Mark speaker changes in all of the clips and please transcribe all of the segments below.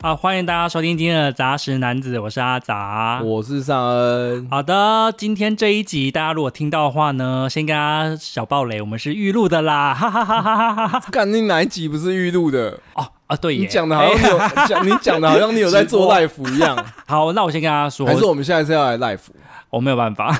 Speaker 1: 啊，欢迎大家收听今天的杂食男子，我是阿杂，
Speaker 2: 我是 尚恩。
Speaker 1: 好的，今天这一集大家如果听到的话呢，先跟大家小爆雷，我们是预录的啦， 哈哈哈哈哈哈！
Speaker 2: 干，你哪一集不是预录的？
Speaker 1: 哦啊，对耶，哎
Speaker 2: 你讲的好像你有讲，你讲的好像你有在做 live 一样。
Speaker 1: 好， 那我先跟大家说
Speaker 2: 还，是我们现在是要来 live？
Speaker 1: 我没有办法，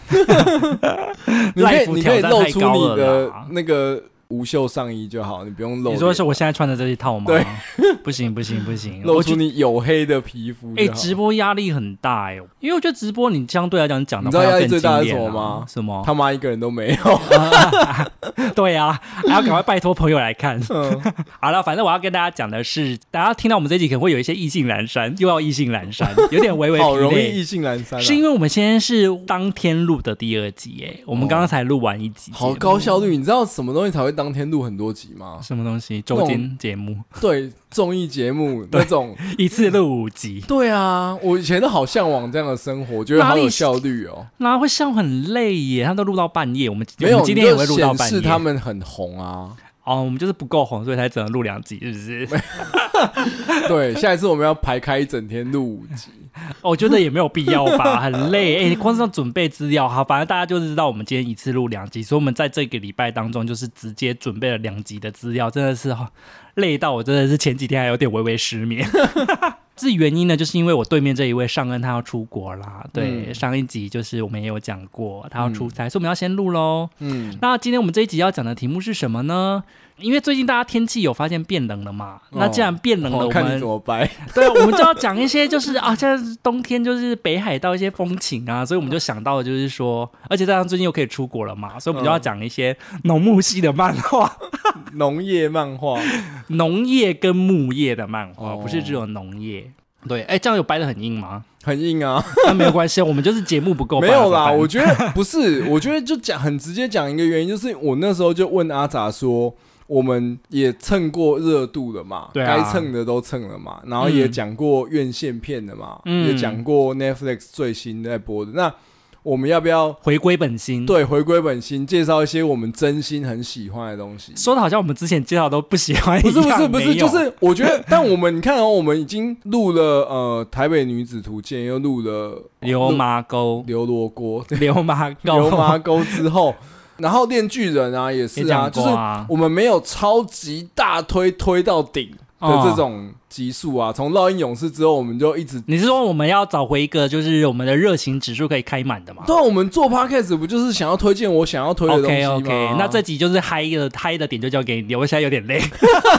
Speaker 2: 你可以
Speaker 1: live
Speaker 2: 你可
Speaker 1: 挑
Speaker 2: 以
Speaker 1: 战
Speaker 2: 露
Speaker 1: 太
Speaker 2: 出
Speaker 1: 高
Speaker 2: 你
Speaker 1: 了
Speaker 2: 的
Speaker 1: 啦
Speaker 2: 那个无袖上衣就好，你不用露脸。
Speaker 1: 你说是我现在穿的这一套吗？
Speaker 2: 对，
Speaker 1: 不行不行不 行，
Speaker 2: 露
Speaker 1: 我觉
Speaker 2: 出
Speaker 1: 得
Speaker 2: 你黝黑的皮肤
Speaker 1: 哎、
Speaker 2: 就好。
Speaker 1: 直播压力很大哎、因为我觉得直播你相对来讲讲的
Speaker 2: 你知道
Speaker 1: 话
Speaker 2: 压
Speaker 1: 要
Speaker 2: 力
Speaker 1: 更
Speaker 2: 最大
Speaker 1: 经
Speaker 2: 是
Speaker 1: 典
Speaker 2: 什么
Speaker 1: 啊
Speaker 2: 吗
Speaker 1: 什么？
Speaker 2: 他妈一个人都没有。
Speaker 1: 对啊，还要赶快拜托朋友来看。
Speaker 2: 嗯
Speaker 1: 好了，反正我要跟大家讲的是，大家听到我们这集可能会有一些意兴疲阑，又要意兴阑珊，有点微微疲
Speaker 2: 好容易
Speaker 1: 累。
Speaker 2: 意兴阑珊啊，
Speaker 1: 是因为我们现在是当天录的第二集，哎，我们刚刚才录完一集节目，
Speaker 2: 好高效率。你知道什么东西才会当天录很多集 吗？
Speaker 1: 什么东西？周间节目
Speaker 2: 对，综艺节目那种。
Speaker 1: 一次录五集，
Speaker 2: 对啊，我以前都好向往这样的生活，我觉得好有效率哦。
Speaker 1: 那会像很累耶，他都录到半夜。我们
Speaker 2: 没
Speaker 1: 我
Speaker 2: 有，
Speaker 1: 们今天也
Speaker 2: 你
Speaker 1: 会
Speaker 2: 就
Speaker 1: 录到
Speaker 2: 显
Speaker 1: 半
Speaker 2: 示
Speaker 1: 夜。
Speaker 2: 他们很红啊。
Speaker 1: 哦，我们就是不够红，所以才只能录两集，是不是？
Speaker 2: 对，下一次我们要排开一整天录五集。
Speaker 1: 我哦觉得也没有必要吧，很累。哎、光是要准备资料，好，反正大家就知道我们今天一次录两集，所以我们在这个礼拜当中就是直接准备了两集的资料，真的是、哦、累到我真的是前几天还有点微微失眠。 至于原因呢，就是因为我对面这一位尚恩他要出国啦，对，
Speaker 2: 嗯
Speaker 1: 上一集就是我们也有讲过他要出差，所以我们要先录喽。
Speaker 2: 嗯，
Speaker 1: 那今天我们这一集要讲的题目是什么呢？因为最近大家天气有发现变冷了嘛，那既然变冷了，
Speaker 2: 我
Speaker 1: 我
Speaker 2: 哦看你
Speaker 1: 们
Speaker 2: 怎么掰。
Speaker 1: 对，啊我们就要讲一些，就是啊，现在是冬天就是北海道一些风情啊，所以我们就想到的就是说，而且加上最近又可以出国了嘛，所以我们就要
Speaker 2: 嗯
Speaker 1: 讲一些农牧系的漫画，
Speaker 2: 农业漫画，
Speaker 1: 农业跟牧业的漫画，
Speaker 2: 哦
Speaker 1: 不是只有农业。对，哎，这样有掰的很硬吗？
Speaker 2: 很硬啊。
Speaker 1: 那没有关系，我们就是节目不够掰。
Speaker 2: 没有啦，
Speaker 1: 好吧
Speaker 2: 我觉得不是，我觉得就讲很直接讲一个原因，就是我那时候就问阿杂说，我们也蹭过热度了嘛，
Speaker 1: 对啊
Speaker 2: 该蹭的都蹭了嘛，然后也
Speaker 1: 嗯
Speaker 2: 讲过院线片的嘛，
Speaker 1: 嗯
Speaker 2: 也讲过 Netflix 最新在播的，那我们要不要？
Speaker 1: 回归本心。，
Speaker 2: 对，回归本心，介绍一些我们真心很喜欢的东西。
Speaker 1: 说的好像我们之前介绍都不喜哎欢一
Speaker 2: 不
Speaker 1: 样。
Speaker 2: 是不是不是，
Speaker 1: 没有
Speaker 2: 就是我觉得，但我们你看哦，我们已经录了呃《台北女子图鉴》，又录了
Speaker 1: 流麻沟，
Speaker 2: 刘罗锅，
Speaker 1: 流麻沟，
Speaker 2: 嗯流麻沟之后，然后《恋巨人》啊也
Speaker 1: 也
Speaker 2: 是啊，
Speaker 1: 讲
Speaker 2: 就
Speaker 1: 过
Speaker 2: 是
Speaker 1: 啊，
Speaker 2: 我们没有超级大推推到顶的
Speaker 1: 嗯
Speaker 2: 这种集数
Speaker 1: 哦
Speaker 2: 啊。从《烙印勇士》之后，我们就一直
Speaker 1: 你是说我们要找回一个就是我们的热情指数可以开满的吗？
Speaker 2: 对啊，我们做 podcast 不就是想要推荐我想要推的东西
Speaker 1: OK
Speaker 2: 吗
Speaker 1: OK，那这集就是嗨的嗨的点就交给你，我现在有点累。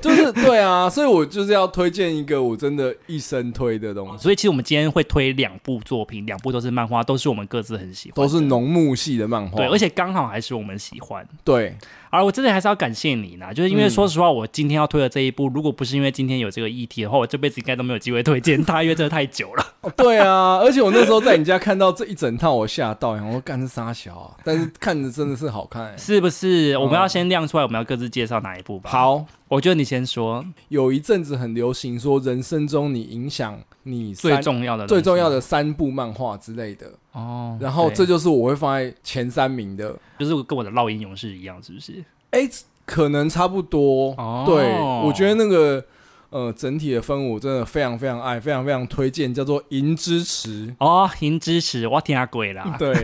Speaker 2: 就是对啊，所以我就是要推荐一个我真的一生推的东西，
Speaker 1: 所以其实我们今天会推两部作品，两部都是漫画，都是我们各自很喜欢，
Speaker 2: 都是农牧系的漫画。
Speaker 1: 对，而且刚好还是我们喜欢。
Speaker 2: 对
Speaker 1: 而我真的还是要感谢你呢，就是因为
Speaker 2: 嗯
Speaker 1: 说实话，我今天要推的这一部，如果不是因为今天有这个议题的话，我这辈子应该都没有机会推荐它，因为真的太久 了。
Speaker 2: 哦对啊，而且我那时候在你家看到这一整套，我吓到，然后干是傻小啊，但是看着真的是好看、欸。
Speaker 1: 是不是？我们要先亮出来，我们要各自介绍哪一部吧。，
Speaker 2: 好，
Speaker 1: 我觉得你先说
Speaker 2: 有一阵子很流行说，人生中你影响你
Speaker 1: 最
Speaker 2: 三
Speaker 1: 重要的东西，
Speaker 2: 最重要的三部漫画之类的，
Speaker 1: 哦。
Speaker 2: 然后
Speaker 1: 对
Speaker 2: 这就是我会放在前三名的，
Speaker 1: 就是跟我的烙印勇士一样，是不是？
Speaker 2: 可能差不多。
Speaker 1: 哦
Speaker 2: 对，我觉得那个呃整体的氛围我真的非常非常爱，非常非常推荐，叫做《银之匙》。
Speaker 1: 哦，银之匙，我听下鬼啦。
Speaker 2: 对，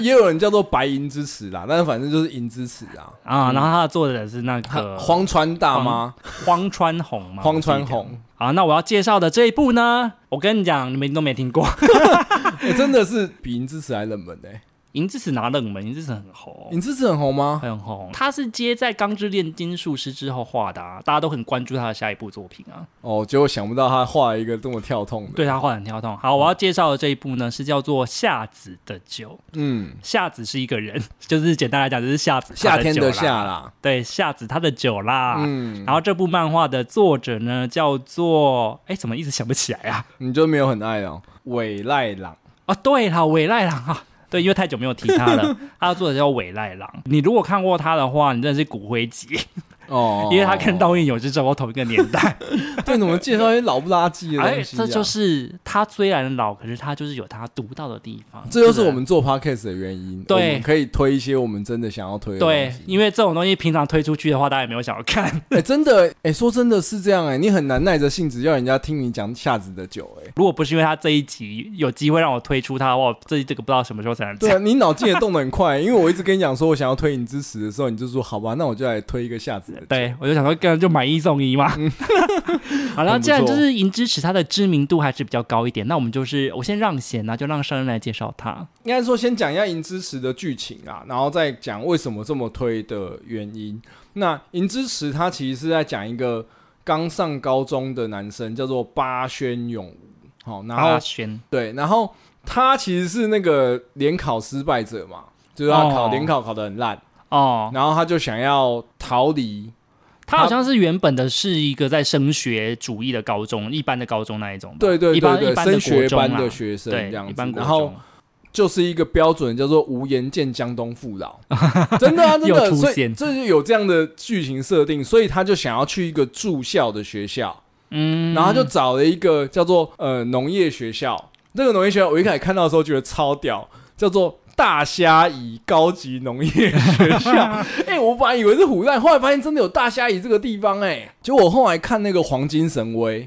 Speaker 2: 也有人叫做白银之匙啦，但是反正就是银之匙啊。
Speaker 1: 啊，然后他的作者是那
Speaker 2: 他
Speaker 1: 个
Speaker 2: 荒川大妈，
Speaker 1: 荒川弘嘛，
Speaker 2: 荒川
Speaker 1: 我记得。
Speaker 2: 弘，
Speaker 1: 好，那我要介绍的这一部呢，我跟你讲，你们都没听过，《
Speaker 2: 哎，真的是比银之匙还冷门哎。
Speaker 1: 银之匙》拿冷门，《银之匙》很红，
Speaker 2: 银之匙很红吗？
Speaker 1: 很红。它是接在《钢之炼金术师》之后画的、啊，大家都很关注他的下一部作品啊。
Speaker 2: 哦，结果想不到他画了一个这么跳痛的。
Speaker 1: 对他画得很跳动。好，我要介绍的这一部呢，是叫做《夏子的酒》。
Speaker 2: 嗯，
Speaker 1: 夏子是一个人， 就是简单来讲，就是夏子他
Speaker 2: 夏天
Speaker 1: 酒
Speaker 2: 的
Speaker 1: 啦
Speaker 2: 夏，啦。
Speaker 1: 对夏子他的酒啦。
Speaker 2: 嗯，
Speaker 1: 然后这部漫画的作者呢，叫做哎，怎么一直想不起来啊？
Speaker 2: 你就没有很爱哦。尾赖朗，
Speaker 1: 啊，对啦，尾赖郎啊，对，因为 太久没有提他了，他的作者叫尾赖郎。你如果看过他的话，你真的是骨灰级。
Speaker 2: 哦，
Speaker 1: 因为他跟道彦有志差不多同一个年 代。
Speaker 2: 对，怎么介绍一些老不拉几的
Speaker 1: 哎，
Speaker 2: 东西、啊？
Speaker 1: 这就是他虽然老，可是他就是有他独到的地方。
Speaker 2: 这就是我们做 podcast 的原因，
Speaker 1: 对
Speaker 2: 我们可以推一些我们真的想要推的东
Speaker 1: 对
Speaker 2: 西，
Speaker 1: 因为这种东西平常推出去的话，大家也没有想要看。
Speaker 2: 哎、真的，哎、说真的是这样、哎，你很难耐着性子要人家听你讲下子的酒、哎，
Speaker 1: 如果不是因为他这一集有机会让我推出他的话，我 这这个不知道什么时候才能
Speaker 2: 对
Speaker 1: 讲。
Speaker 2: 啊，你脑筋也动得很快、因为我一直跟你讲说我想要推你支持的时候，你就说好吧，那我就来推一个下子的酒。
Speaker 1: 对，我就想说，个人就买一送一嘛。 好了，
Speaker 2: 嗯很不
Speaker 1: 既然就
Speaker 2: 错
Speaker 1: 是银之匙，它的知名度还是比较高一点，那我们就是我先让贤呢、啊就让商人来介绍它。
Speaker 2: 应该说先讲一下《银之匙》的剧情啊，然后再讲为什么这么推的原因。那《银之匙》它其实是在讲一个刚上高中的男生，叫做八轩勇吾。好，然后
Speaker 1: 八轩，
Speaker 2: 对，然后他其实是那个联考失败者嘛，就是他考
Speaker 1: 哦
Speaker 2: 联考考得很烂，
Speaker 1: 哦，
Speaker 2: 然后他就想要逃离。
Speaker 1: 他好像是原本的是一个在升学主义的高中，一般的高中那一种吧，
Speaker 2: 对对
Speaker 1: 一般
Speaker 2: 对
Speaker 1: 一
Speaker 2: 对，
Speaker 1: 般的
Speaker 2: 升学
Speaker 1: 国中
Speaker 2: 班
Speaker 1: 啦
Speaker 2: 的学生这样
Speaker 1: 对，一
Speaker 2: 子
Speaker 1: 般，国
Speaker 2: 然
Speaker 1: 中。
Speaker 2: 后就是一个标准叫做无颜见江东 父老，真的啊，真
Speaker 1: 又
Speaker 2: 的，
Speaker 1: 出
Speaker 2: 所以
Speaker 1: 现
Speaker 2: 这就有这样的剧情设定，所以他就想要去一个住校的学校，
Speaker 1: 嗯，
Speaker 2: 然后他就找了一个叫做呃农业学校，这个农业学校我一开始看到的时候觉得超屌，叫做。大虾夷高级农业学 校，哎、我本来以为是虎烂，后来发现真的有大虾夷这个地方、哎，结果我后来看那个《黄金神威》，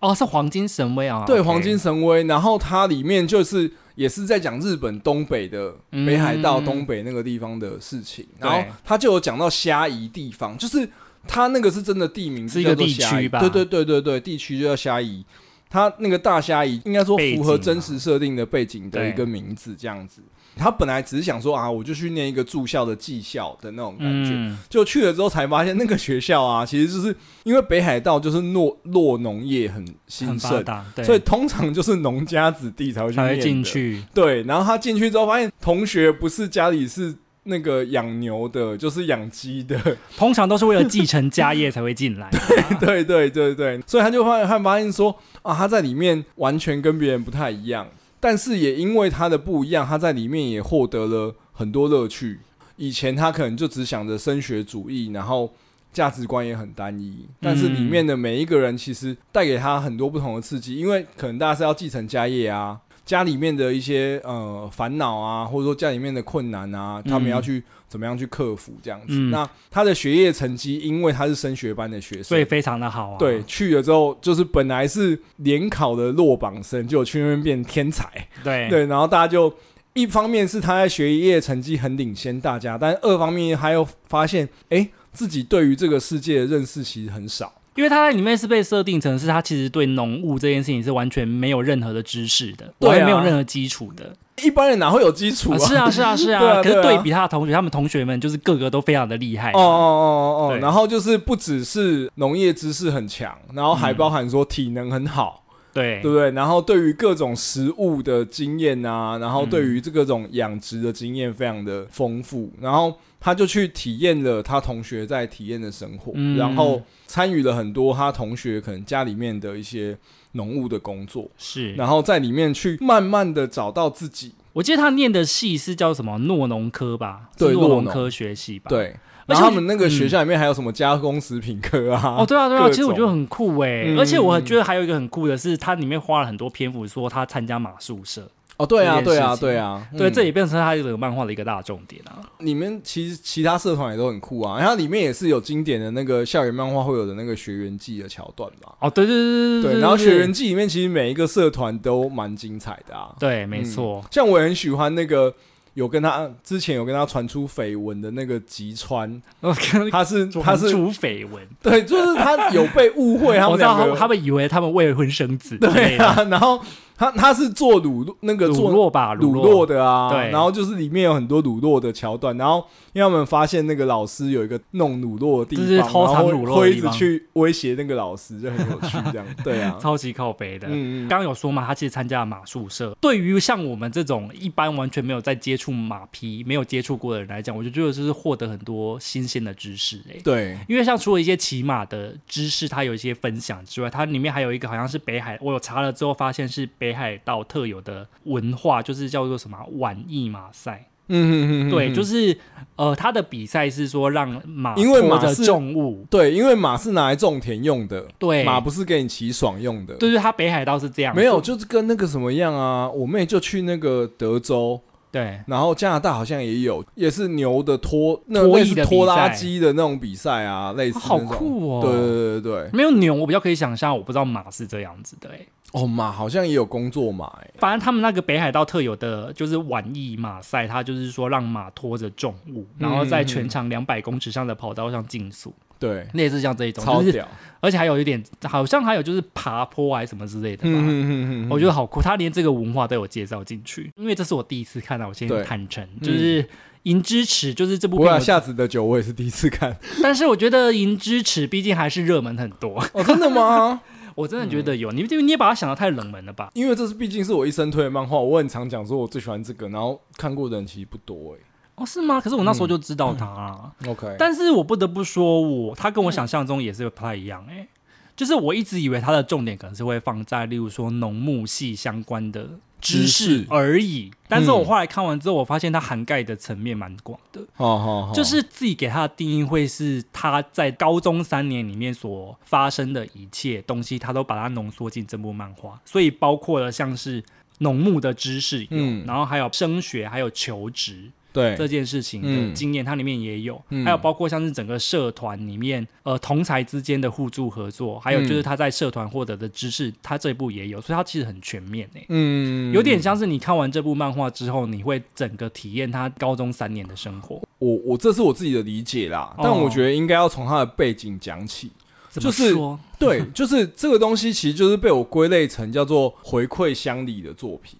Speaker 1: 哦，是黄金神威啊，
Speaker 2: 对，
Speaker 1: OK
Speaker 2: 黄金，神威，然后它里面就是也是在讲日本东北的
Speaker 1: 嗯
Speaker 2: 北海道东北那个地方的事情，
Speaker 1: 对
Speaker 2: 然后他就有讲到虾夷地方，就是他那个是真的地名，
Speaker 1: 是一个
Speaker 2: 就叫做虾
Speaker 1: 地
Speaker 2: 夷
Speaker 1: 区吧
Speaker 2: 对对对对对，地区就叫虾夷。他那个大虾夷应该说符合
Speaker 1: 背景啊
Speaker 2: 真实设定的背景的一个名字，这样子。他本来只是想说啊，我就去念一个住校的技校的那种感觉，
Speaker 1: 嗯，
Speaker 2: 就去了之后才发现，那个学校啊，其实就是因为北海道就是落落农业很兴
Speaker 1: 很发
Speaker 2: 盛，
Speaker 1: 达，对，
Speaker 2: 所以通常就是农家子弟才会去
Speaker 1: 才会
Speaker 2: 念
Speaker 1: 进
Speaker 2: 的。
Speaker 1: 去，
Speaker 2: 对，然后他进去之后发现同学不是家里是那个养牛的，就是养鸡的。
Speaker 1: 通常都是为了继承家业才会进来。
Speaker 2: 对对对对，所以他就发现他发现说啊，他在里面完全跟别人不太一样，但是也因为他的不一样，他在里面也获得了很多乐趣。以前他可能就只想着升学主义，然后价值观也很单一，
Speaker 1: 嗯
Speaker 2: 但是里面的每一个人其实带给他很多不同的刺激，因为可能大家是要继承家业啊。家里面的一些呃烦恼啊，或者说家里面的困难啊，他们要去怎么样去克服这样子。
Speaker 1: 嗯
Speaker 2: 那他的学业成绩，因为他是升学班的学生，
Speaker 1: 所以非常的好啊。
Speaker 2: 对，去了之后就是本来是联考的落榜生，就去那边变天才。
Speaker 1: 对
Speaker 2: 对，然后大家就一方面是他在学业成绩很领先大家，但二方面他又发现，哎、自己对于这个世界的认识其实很少。
Speaker 1: 因为他在里面是被设定成是他其实对农务这件事情是完全没有任何的知识的，
Speaker 2: 对啊
Speaker 1: 完全没有任何基础的。
Speaker 2: 一般人哪会有基础
Speaker 1: 啊是啊，是啊，是
Speaker 2: 对啊
Speaker 1: 可是
Speaker 2: 对啊
Speaker 1: 对比他的同学，他们同学们就是个个都非常的厉害。
Speaker 2: 哦哦哦哦哦，
Speaker 1: 对
Speaker 2: 然后就是不只是农业知识很强，然后
Speaker 1: 嗯
Speaker 2: 还包含说体能很好，
Speaker 1: 对
Speaker 2: 对不对？然后对于各种食物的经验啊，然后对
Speaker 1: 嗯
Speaker 2: 于这各种养殖的经验非常的丰富，然后他就去体验了他同学在体验的生活，
Speaker 1: 嗯
Speaker 2: 然后参与了很多他同学可能家里面的一些农务的工作，
Speaker 1: 是。
Speaker 2: 然后在里面去慢慢的找到自己。
Speaker 1: 我记得他念的系是叫什么诺农科吧？是
Speaker 2: 对
Speaker 1: 诺农
Speaker 2: 诺农
Speaker 1: 科学系吧？。
Speaker 2: 对，
Speaker 1: 而且我
Speaker 2: 然后他们那个
Speaker 1: 嗯
Speaker 2: 学校里面还有什么加工食品科啊？
Speaker 1: 哦，对啊，对啊，
Speaker 2: 各
Speaker 1: 其实我觉得
Speaker 2: 种
Speaker 1: 很酷哎、
Speaker 2: 嗯
Speaker 1: 而且我觉得还有一个很酷的是，它里面花了很多篇幅说他参加马术社，
Speaker 2: 哦，对啊，
Speaker 1: 这件
Speaker 2: 对啊，
Speaker 1: 事情
Speaker 2: 对啊，
Speaker 1: 对，
Speaker 2: 嗯
Speaker 1: 这也变成他这个漫画的一个大重点啊。
Speaker 2: 里面其实其他社团也都很酷啊，然后里面也是有经典的那个校园漫画会有的那个学员季的桥段嘛。
Speaker 1: 哦，对对对对
Speaker 2: 对，然后学员季里面其实每一个社团都蛮精彩的啊。
Speaker 1: 对，没 错，
Speaker 2: 像我很喜欢那个有跟他之前有跟他传出绯闻的那个吉川，
Speaker 1: 我跟
Speaker 2: 他是
Speaker 1: 主
Speaker 2: 他是
Speaker 1: 主绯闻，
Speaker 2: 对，就是他有被误会，他
Speaker 1: 我
Speaker 2: 们
Speaker 1: 知道
Speaker 2: 两
Speaker 1: 他
Speaker 2: 个
Speaker 1: 他们以为他们未婚生子，
Speaker 2: 对，啊， 然后他他是做乳那个
Speaker 1: 乳
Speaker 2: 做
Speaker 1: 酪吧，
Speaker 2: 鲁
Speaker 1: 乳
Speaker 2: 洛，的啊，
Speaker 1: 对
Speaker 2: 然后就是里面有很多鲁洛的桥段，然后因为他们发现那个老师有一个弄鲁洛的地
Speaker 1: 就是
Speaker 2: 方，
Speaker 1: 偷藏
Speaker 2: 然后
Speaker 1: 乳酪的
Speaker 2: 会一
Speaker 1: 地
Speaker 2: 直
Speaker 1: 方
Speaker 2: 去威胁那个老师，就很有趣这样，对 啊，
Speaker 1: 超级靠北的。
Speaker 2: 嗯嗯，
Speaker 1: 刚刚有说嘛，他其实参加了马术社。对于像我们这种一般完全没有在接触马匹、没有接触过的人来讲，我就觉得就是获得很多新鲜的知识、欸。
Speaker 2: 对，
Speaker 1: 因为像除了一些骑马的知识，它有一些分享之外，它里面还有一个好像是北海，我有查了之后发现是北海道特有的文化，就是叫做什么啊晚艺马赛。
Speaker 2: 嗯嗯嗯，
Speaker 1: 对，就是是呃，他的比赛是说让马
Speaker 2: 因为
Speaker 1: 拖
Speaker 2: 马
Speaker 1: 着
Speaker 2: 是
Speaker 1: 重物，
Speaker 2: 对，因为马是拿来种田用的，
Speaker 1: 对，
Speaker 2: 马不是给你骑爽用的。
Speaker 1: 对对，他北海道是这样，
Speaker 2: 没有，
Speaker 1: 就
Speaker 2: 就是跟那个什么样啊？我妹就去那个德州，
Speaker 1: 对
Speaker 2: 然后加拿大好像也有，也是牛的拖那
Speaker 1: 拖
Speaker 2: 类
Speaker 1: 曳
Speaker 2: 似
Speaker 1: 的比
Speaker 2: 拖拉
Speaker 1: 赛
Speaker 2: 机的那种比赛啊，类似
Speaker 1: 啊好
Speaker 2: 那种
Speaker 1: 酷哦
Speaker 2: 对对对对
Speaker 1: 没有牛，我比较可以想象，我不知道马是这样子的、欸，
Speaker 2: 对，哦，马好像也有工作马、欸，
Speaker 1: 反正他们那个北海道特有的就是晚役马赛，它就是说让马拖着重物，
Speaker 2: 嗯
Speaker 1: 然后在全长两百公尺上的跑道上竞速，
Speaker 2: 对，
Speaker 1: 类似像这一种，
Speaker 2: 超
Speaker 1: 就是
Speaker 2: 屌，
Speaker 1: 而且还有一点，好像还有就是爬坡还是什么之类的吧。
Speaker 2: 嗯嗯嗯
Speaker 1: 我觉得好酷，他连这个文化都有介绍进去，因为这是我第一次看到，我先
Speaker 2: 对嗯
Speaker 1: 坦诚，就是《银之匙》就是这部
Speaker 2: 不过、
Speaker 1: 片
Speaker 2: 啊、
Speaker 1: 我，
Speaker 2: 夏子的酒我也是第一 次看，
Speaker 1: 但是我觉得《银之匙》毕竟还是热门很多，
Speaker 2: 哦，真的吗？
Speaker 1: 我真的觉
Speaker 2: 嗯
Speaker 1: 得有，你你也把它想的太冷门了吧？
Speaker 2: 因为这是毕竟是我一生推的漫画，我很常讲说我最喜欢这个，然后看过的人其实不多哎、
Speaker 1: 哦，是吗？可是我那时
Speaker 2: 嗯
Speaker 1: 候就知道它 啊。
Speaker 2: OK，
Speaker 1: 但是我不得不说我，他跟我想象中也是不太一样哎、就是我一直以为他的重点可能是会放在例如说农牧系相关的知
Speaker 2: 知
Speaker 1: 识
Speaker 2: 识嗯
Speaker 1: 而已，但是我后来看完之后，我发现它涵盖的层面蛮广的，
Speaker 2: 好好好，
Speaker 1: 就是自己给他的定义会是他在高中三年里面所发生的一切东西，他都把它浓缩进这部漫画，所以包括了像是农牧的知识有，
Speaker 2: 嗯
Speaker 1: 然后还有升学，还有求职，
Speaker 2: 对
Speaker 1: 这件事情的
Speaker 2: 嗯
Speaker 1: 经验，它里面也有，
Speaker 2: 嗯
Speaker 1: 还有包括像是整个社团里面，呃，同才之间的互助合
Speaker 2: 嗯
Speaker 1: 作，还有就是他在社团获得的知识，他这一部也有，所以他其实很全面诶、
Speaker 2: 嗯
Speaker 1: 有点像是你看完这部漫画之后，你会整个体验他高中三年的生活。
Speaker 2: 我我这是我自己的理解啦，
Speaker 1: 哦
Speaker 2: 但我觉得应该要从它的背景讲起。
Speaker 1: 怎么
Speaker 2: 就是
Speaker 1: 说？
Speaker 2: 对， 就是这个东西，其实就是被我归类成叫做回馈乡里的作品。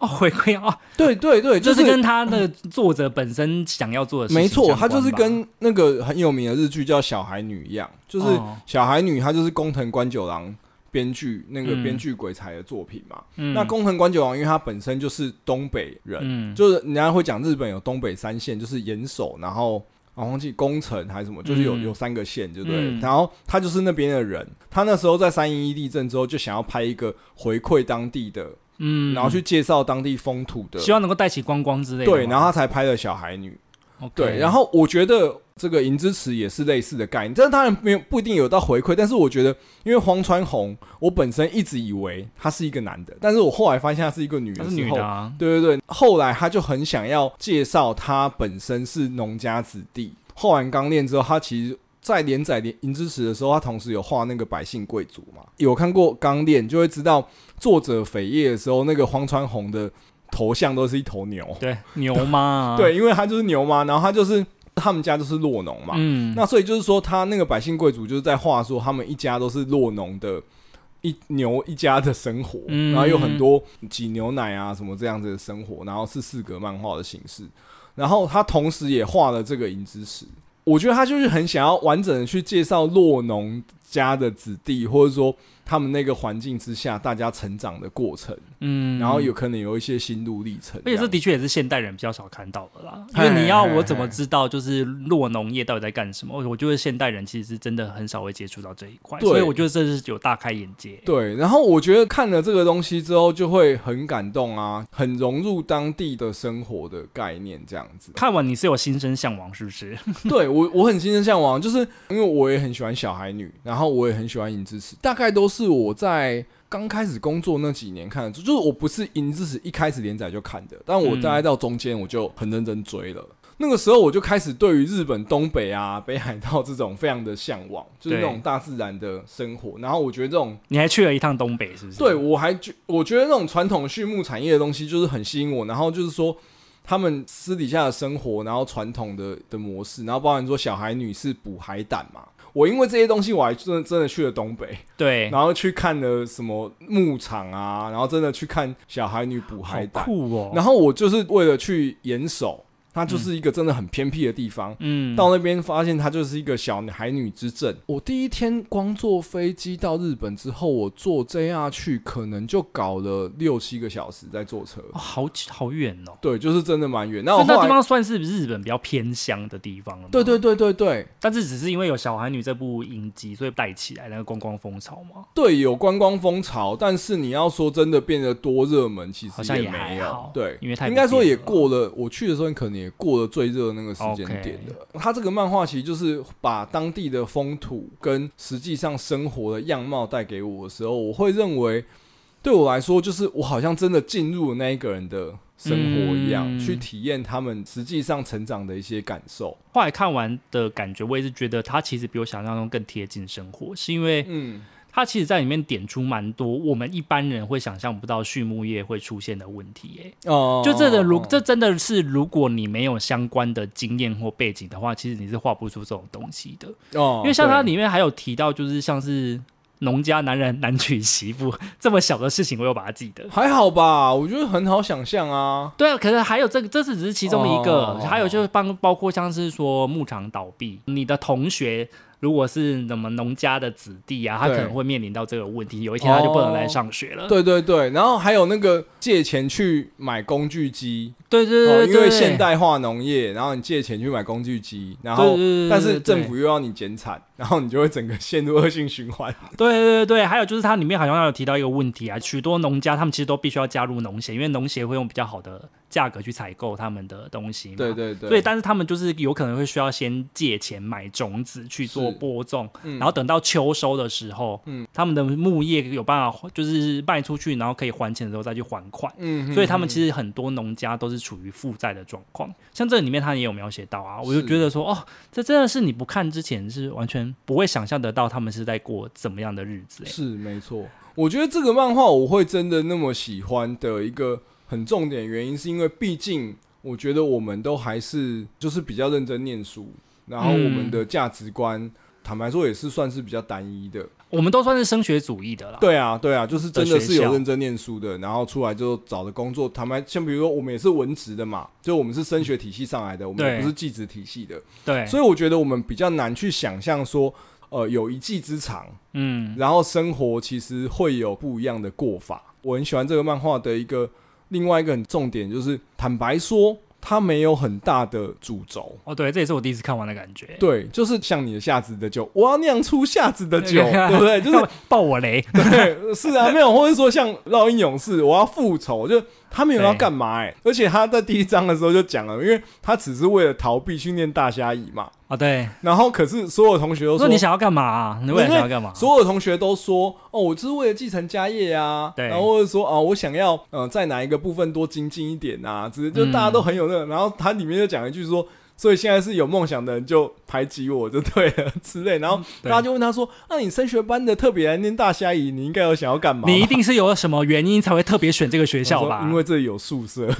Speaker 1: 哦，回馈 哦，
Speaker 2: 对对对，
Speaker 1: 就是是跟他的作者本身想要做的事情
Speaker 2: 没错，
Speaker 1: 相
Speaker 2: 它
Speaker 1: 关吧
Speaker 2: 就是跟那个很有名的日剧叫《小孩女》一样，就是《
Speaker 1: 哦
Speaker 2: 小孩女》，她就是工藤官九郎编剧那个
Speaker 1: 嗯
Speaker 2: 编剧鬼才的作品嘛。
Speaker 1: 嗯
Speaker 2: 那工藤官九郎，因为他本身就是东北人，
Speaker 1: 嗯
Speaker 2: 就是人家会讲日本有东北三县，就是岩手，然后啊忘记宫城还是什么，就是有、
Speaker 1: 嗯
Speaker 2: 有三个县，对不对？
Speaker 1: 嗯
Speaker 2: 然后他就是那边的人，他那时候在三一一地震之后，就想要拍一个回馈当地的，
Speaker 1: 嗯
Speaker 2: 然后去介绍当地风土的，
Speaker 1: 希望能够带起观光之类的嘛。
Speaker 2: 对，然后他才拍了《小孩女》。
Speaker 1: OK
Speaker 2: 对，然后我觉得这个银之匙也是类似的概念，但是当然没有不一定有到回馈，但是我觉得因为荒川弘，我本身一直以为他是一个男的，但是我后来发现他是一个女
Speaker 1: 她
Speaker 2: 的
Speaker 1: 是
Speaker 2: 之
Speaker 1: 女
Speaker 2: 后
Speaker 1: 的，啊，
Speaker 2: 对对对，后来他就很想要介绍他本身是农家子弟。画完《钢炼》之后，他其实在连载《连银之匙》的时候，他同时有画那个百姓贵族嘛。有看过《钢炼》，就会知道作者扉页的时候，那个荒川弘的头像都是一头牛。
Speaker 1: 对牛啊嘛
Speaker 2: ，对，因为他就是牛嘛，然后他就是他们家就是落农嘛。
Speaker 1: 嗯，
Speaker 2: 那所以就是说，他那个百姓贵族就是在话说，他们一家都是落农的，一牛一家的生活，
Speaker 1: 嗯
Speaker 2: 然后有很多挤牛奶啊什么这样子的生活，然后是四格漫画的形式，然后他同时也画了这个银之匙。我觉得他就是很想要完整的去介绍落农家的子弟，或者说他们那个环境之下大家成长的过程，
Speaker 1: 嗯，
Speaker 2: 然后有可能有一些心路历程这
Speaker 1: 而且
Speaker 2: 样。
Speaker 1: 这的确也是现代人比较少看到的啦，因
Speaker 2: 嘿
Speaker 1: 为你要
Speaker 2: 嘿
Speaker 1: 我怎么
Speaker 2: 嘿
Speaker 1: 知道就是落农业到底在干什么？我觉得现代人其实真的很少会接触到这一块，
Speaker 2: 对
Speaker 1: 所以我觉得这是有大开眼界。。
Speaker 2: 对，然后我觉得看了这个东西之后，就会很感动啊，很融入当地的生活的概念这样子
Speaker 1: 看完你是有心生向往，是不是？
Speaker 2: 对我，我很心生向往，就是因为我也很喜欢小孩女，然后我也很喜欢银之匙，大概都是我在刚开始工作那几年看的，就是我不是银之匙一开始连载就看的，但我大概到中间我就很认真追了。那个时候我就开始对于日本东北啊、北海道这种非常的向往，就是那
Speaker 1: 对
Speaker 2: 种大自然的生活。然后我觉得这种
Speaker 1: 你还去了一趟东北，是不是？
Speaker 2: 对，我还觉我觉得那种传统畜牧产业的东西就是很吸引我，然后就是说他们私底下的生活，然后传统的的模式，然后包含说小孩女是捕海胆嘛。我因为这些东西，我还真的真的去了东北，
Speaker 1: 对，
Speaker 2: 然后去看了什么牧场啊，然后真的去看小孩女捕
Speaker 1: 好
Speaker 2: 海胆。
Speaker 1: 酷哦。
Speaker 2: 然后我就是为了去岩手，它就是一个真的很偏僻的地方。
Speaker 1: 嗯，
Speaker 2: 到那边发现它就是一个小海女之镇。我第一天光坐飞机到日本之后，我坐 JR 去，可能就搞了六七个小时在坐车。
Speaker 1: 哦、好好远哦。
Speaker 2: 对，就是真的蛮远。那
Speaker 1: 所
Speaker 2: 我
Speaker 1: 以那
Speaker 2: 后
Speaker 1: 地
Speaker 2: 来，
Speaker 1: 方算是日本比较偏乡的地方了。
Speaker 2: 对，对对对对
Speaker 1: 但是只是因为有《小韩女》这部影集，所以带起来那个观光风潮嘛。
Speaker 2: 对，有观光风潮，但是你要说真的变得多热门，其
Speaker 1: 好
Speaker 2: 实
Speaker 1: 像也
Speaker 2: 没
Speaker 1: 还好
Speaker 2: 有。对，
Speaker 1: 因为太
Speaker 2: 应该说也
Speaker 1: 不便
Speaker 2: 过了。我去的时候，你可能也过了最热的那个时间点了。嗯它这个漫画其实就是把当地的风土跟实际上生活的样貌带给我的时候，我会认为对我来说，就是我好像真的进入了那一个人的生活一样，
Speaker 1: 嗯
Speaker 2: 去体验他们实际上成长的一些感受。
Speaker 1: 后来看完的感觉，我也是觉得它其实比我想象中更贴近生活，是因为
Speaker 2: 嗯，
Speaker 1: 它其实在里面点出蛮多我们一般人会想象不到畜牧业会出现的问题、欸。
Speaker 2: 哦
Speaker 1: 就这个如这真的是，如果你没有相关的经验或背景的话，其实你是画不出这种东西的。
Speaker 2: 哦，
Speaker 1: 因为像它
Speaker 2: 对
Speaker 1: 里面还有提到，就是像是农家男人男娶媳妇 这么小的事情，我有把它记得。
Speaker 2: 还好吧，我觉得很好想象啊。
Speaker 1: 对啊，可是还有这个，这是只是其中一个，
Speaker 2: 哦
Speaker 1: 还有就是帮包括像是说牧场倒闭，你的同学如果是什么农家的子弟啊，他
Speaker 2: 对
Speaker 1: 可能会面临到这个问题，有一天他就不能来上学了。
Speaker 2: 对对对，然后还有那个借钱去买工具机，
Speaker 1: 对对对
Speaker 2: 哦，
Speaker 1: 对，
Speaker 2: 因为现代化农业，然后你借钱去买工具机，然
Speaker 1: 对
Speaker 2: 后
Speaker 1: 对对对
Speaker 2: 但是政府又要你减产，然后你就会整个陷入恶性 循环。
Speaker 1: 对对对对，还有就是它里面好像有提到一个问题啊，许多农家他们其实都必须要加入农协，因为农协会用比较好的价格去采购他们的东西嘛。
Speaker 2: 对对对，
Speaker 1: 所以，但是他们就是有可能会需要先借钱买种子去做
Speaker 2: 是
Speaker 1: 播种，
Speaker 2: 嗯
Speaker 1: 然后等到秋收的时候，
Speaker 2: 嗯
Speaker 1: 他们的牧业有办法就是卖出去，然后可以还钱的时候再去还款。
Speaker 2: 嗯
Speaker 1: 所以他们其实很多农家都是处于负债的状况，像这里面他也有描写到啊，我就是觉得说哦，这真的是你不看之前是完全不会想象得到他们是在过怎么样的日子、欸。
Speaker 2: 是没错。我觉得这个漫画我会真的那么喜欢的一个很重点原因，是因为毕竟我觉得我们都还是就是比较认真念书，然后我们的
Speaker 1: 嗯
Speaker 2: 价值观，坦白说也是算是比较单一的。
Speaker 1: 我们都算是升学主义的啦，
Speaker 2: 对啊，对啊，就是真的是
Speaker 1: 的学校
Speaker 2: 有认真念书的，然后出来就找的工作。坦白，像比如说我们也是文职的嘛，就我们是升学体系上来的，我们
Speaker 1: 对
Speaker 2: 也不是技职体系的，
Speaker 1: 对，
Speaker 2: 所以我觉得我们比较难去想象说，呃，有一技之长，
Speaker 1: 嗯，
Speaker 2: 然后生活其实会有不一样的过法。我很喜欢这个漫画的一个另外一个很重点，就是坦白说，它没有很大的主轴。
Speaker 1: 哦对，这也是我第一次看完的感觉。
Speaker 2: 对，就是像你的夏子的酒，我要酿出夏子的 酒，对不对？就是
Speaker 1: 要爆我雷，
Speaker 2: 对， 是啊，没有，或者说像烙印勇士，我要复仇，就他没有要干嘛哎、而且他在第一章的时候就讲了，因为他只是为了逃避去念大虾蚁嘛，
Speaker 1: 哦对，
Speaker 2: 然后可是所有同学都
Speaker 1: 说
Speaker 2: 说，
Speaker 1: 你想要干嘛啊？你未来想要干嘛？
Speaker 2: 所有同学都说哦，我就是为了继承家业啊，
Speaker 1: 对
Speaker 2: 然后或者说啊，我想要呃在哪一个部分多精进一点啊，只是就大家都很有那个，然后他里面就讲一句说。所以现在是有梦想的人就排挤我就对了之类，然后
Speaker 1: 对
Speaker 2: 大家就问他说：“那、你升学班的特别来念大虾蚁，你应该有想要干嘛吧？”
Speaker 1: 你一定是有什么原因才会特别选这个学校
Speaker 2: 我
Speaker 1: 吧？
Speaker 2: 说因为这里有 宿舍。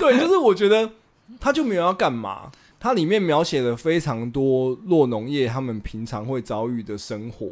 Speaker 2: 对，就是我觉得他就没有要干嘛。它里面描写了非常多落农业他们平常会遭遇的生活，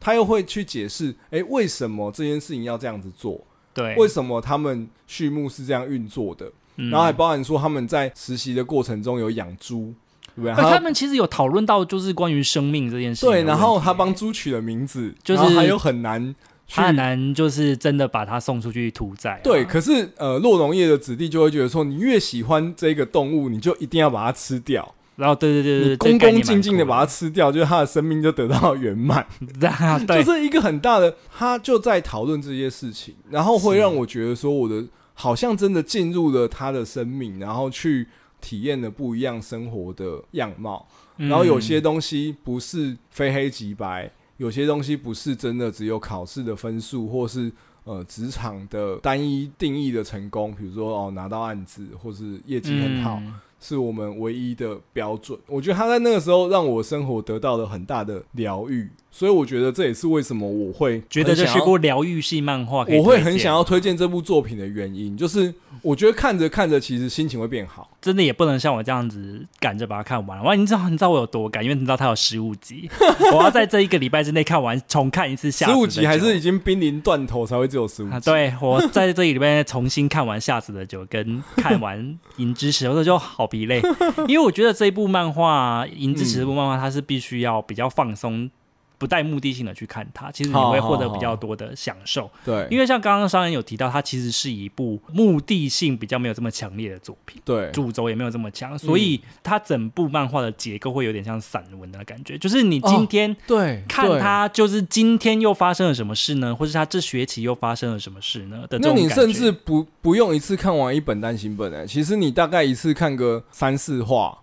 Speaker 2: 他又会去解释，诶，为什么这件事情要这样子做？
Speaker 1: 对，
Speaker 2: 为什么他们畜牧是这样运作的？
Speaker 1: 嗯
Speaker 2: 然后还包含说他们在实习的过程中有养猪，对不对？
Speaker 1: 而
Speaker 2: 还有
Speaker 1: 他们其实有讨论到就是关于生命这件事情的
Speaker 2: 对，
Speaker 1: 问题。
Speaker 2: 然后他帮猪取了名字，
Speaker 1: 就是
Speaker 2: 然后他又很难去
Speaker 1: 他很难就是真的把它送出去屠宰啊、
Speaker 2: 对，可是呃，洛农业的子弟就会觉得说，你越喜欢这个动物，你就一定要把它吃掉，
Speaker 1: 然后对对对
Speaker 2: 你
Speaker 1: 对，这
Speaker 2: 恭
Speaker 1: 个概念
Speaker 2: 恭敬敬的把它
Speaker 1: 蛮
Speaker 2: 吃掉，就是它的生命就得到圆满，
Speaker 1: 酷的，
Speaker 2: 就
Speaker 1: 对，
Speaker 2: 是一个很大的，他就在讨论这些事情，然后会
Speaker 1: 是
Speaker 2: 让我觉得说，我的好像真的进入了他的生命，然后去体验了不一样生活的样貌，然后有些
Speaker 1: 嗯
Speaker 2: 东西不是非黑即白，有些东西不是真的只有考试的分数，或是呃职场的单一定义的成功，比如说哦拿到案子或是业绩很好，
Speaker 1: 嗯
Speaker 2: 是我们唯一的标准。我觉得他在那个时候让我生活得到了很大的疗愈，所以我觉得这也是为什么我会
Speaker 1: 觉得
Speaker 2: 很
Speaker 1: 这
Speaker 2: 想
Speaker 1: 是
Speaker 2: 要
Speaker 1: 部疗愈系漫画，
Speaker 2: 我会很想，要推荐这部作品的原因，就是我觉得看着看着，其实心情会变好。
Speaker 1: 真的也不能像我这样子赶着把它看完。哇，你知道你知道我有多赶，因为你知道它有十五 集，我要在这一个礼拜之内看完，重看一次下
Speaker 2: 十五集还是已经濒临断头才会只有十五集、
Speaker 1: 啊，对我在这里面重新看完《夏子的酒》跟看完《银之匙》，我就好疲累，因为我觉得这一部漫画《银之匙》这部漫画，它是必须要比较放松。不带目的性的去看它，其实你
Speaker 2: 好
Speaker 1: 会获得
Speaker 2: 好
Speaker 1: 比较多的享受，
Speaker 2: 对，
Speaker 1: 因为像刚刚商人有提到，它其实是一部目的性比较没有这么强烈的作品，
Speaker 2: 对
Speaker 1: 主轴也没有这么强，所以它整部漫画的结构会有点像散文的感觉，就是你今
Speaker 2: 哦
Speaker 1: 天
Speaker 2: 对，
Speaker 1: 看
Speaker 2: 对。
Speaker 1: 他就是今天又发生了什么事呢，或是他这学期又发生了什么事呢的这
Speaker 2: 那
Speaker 1: 种感
Speaker 2: 你
Speaker 1: 觉
Speaker 2: 甚至不不用一次看完一本单行本诶、欸其实你大概一次看个三四话，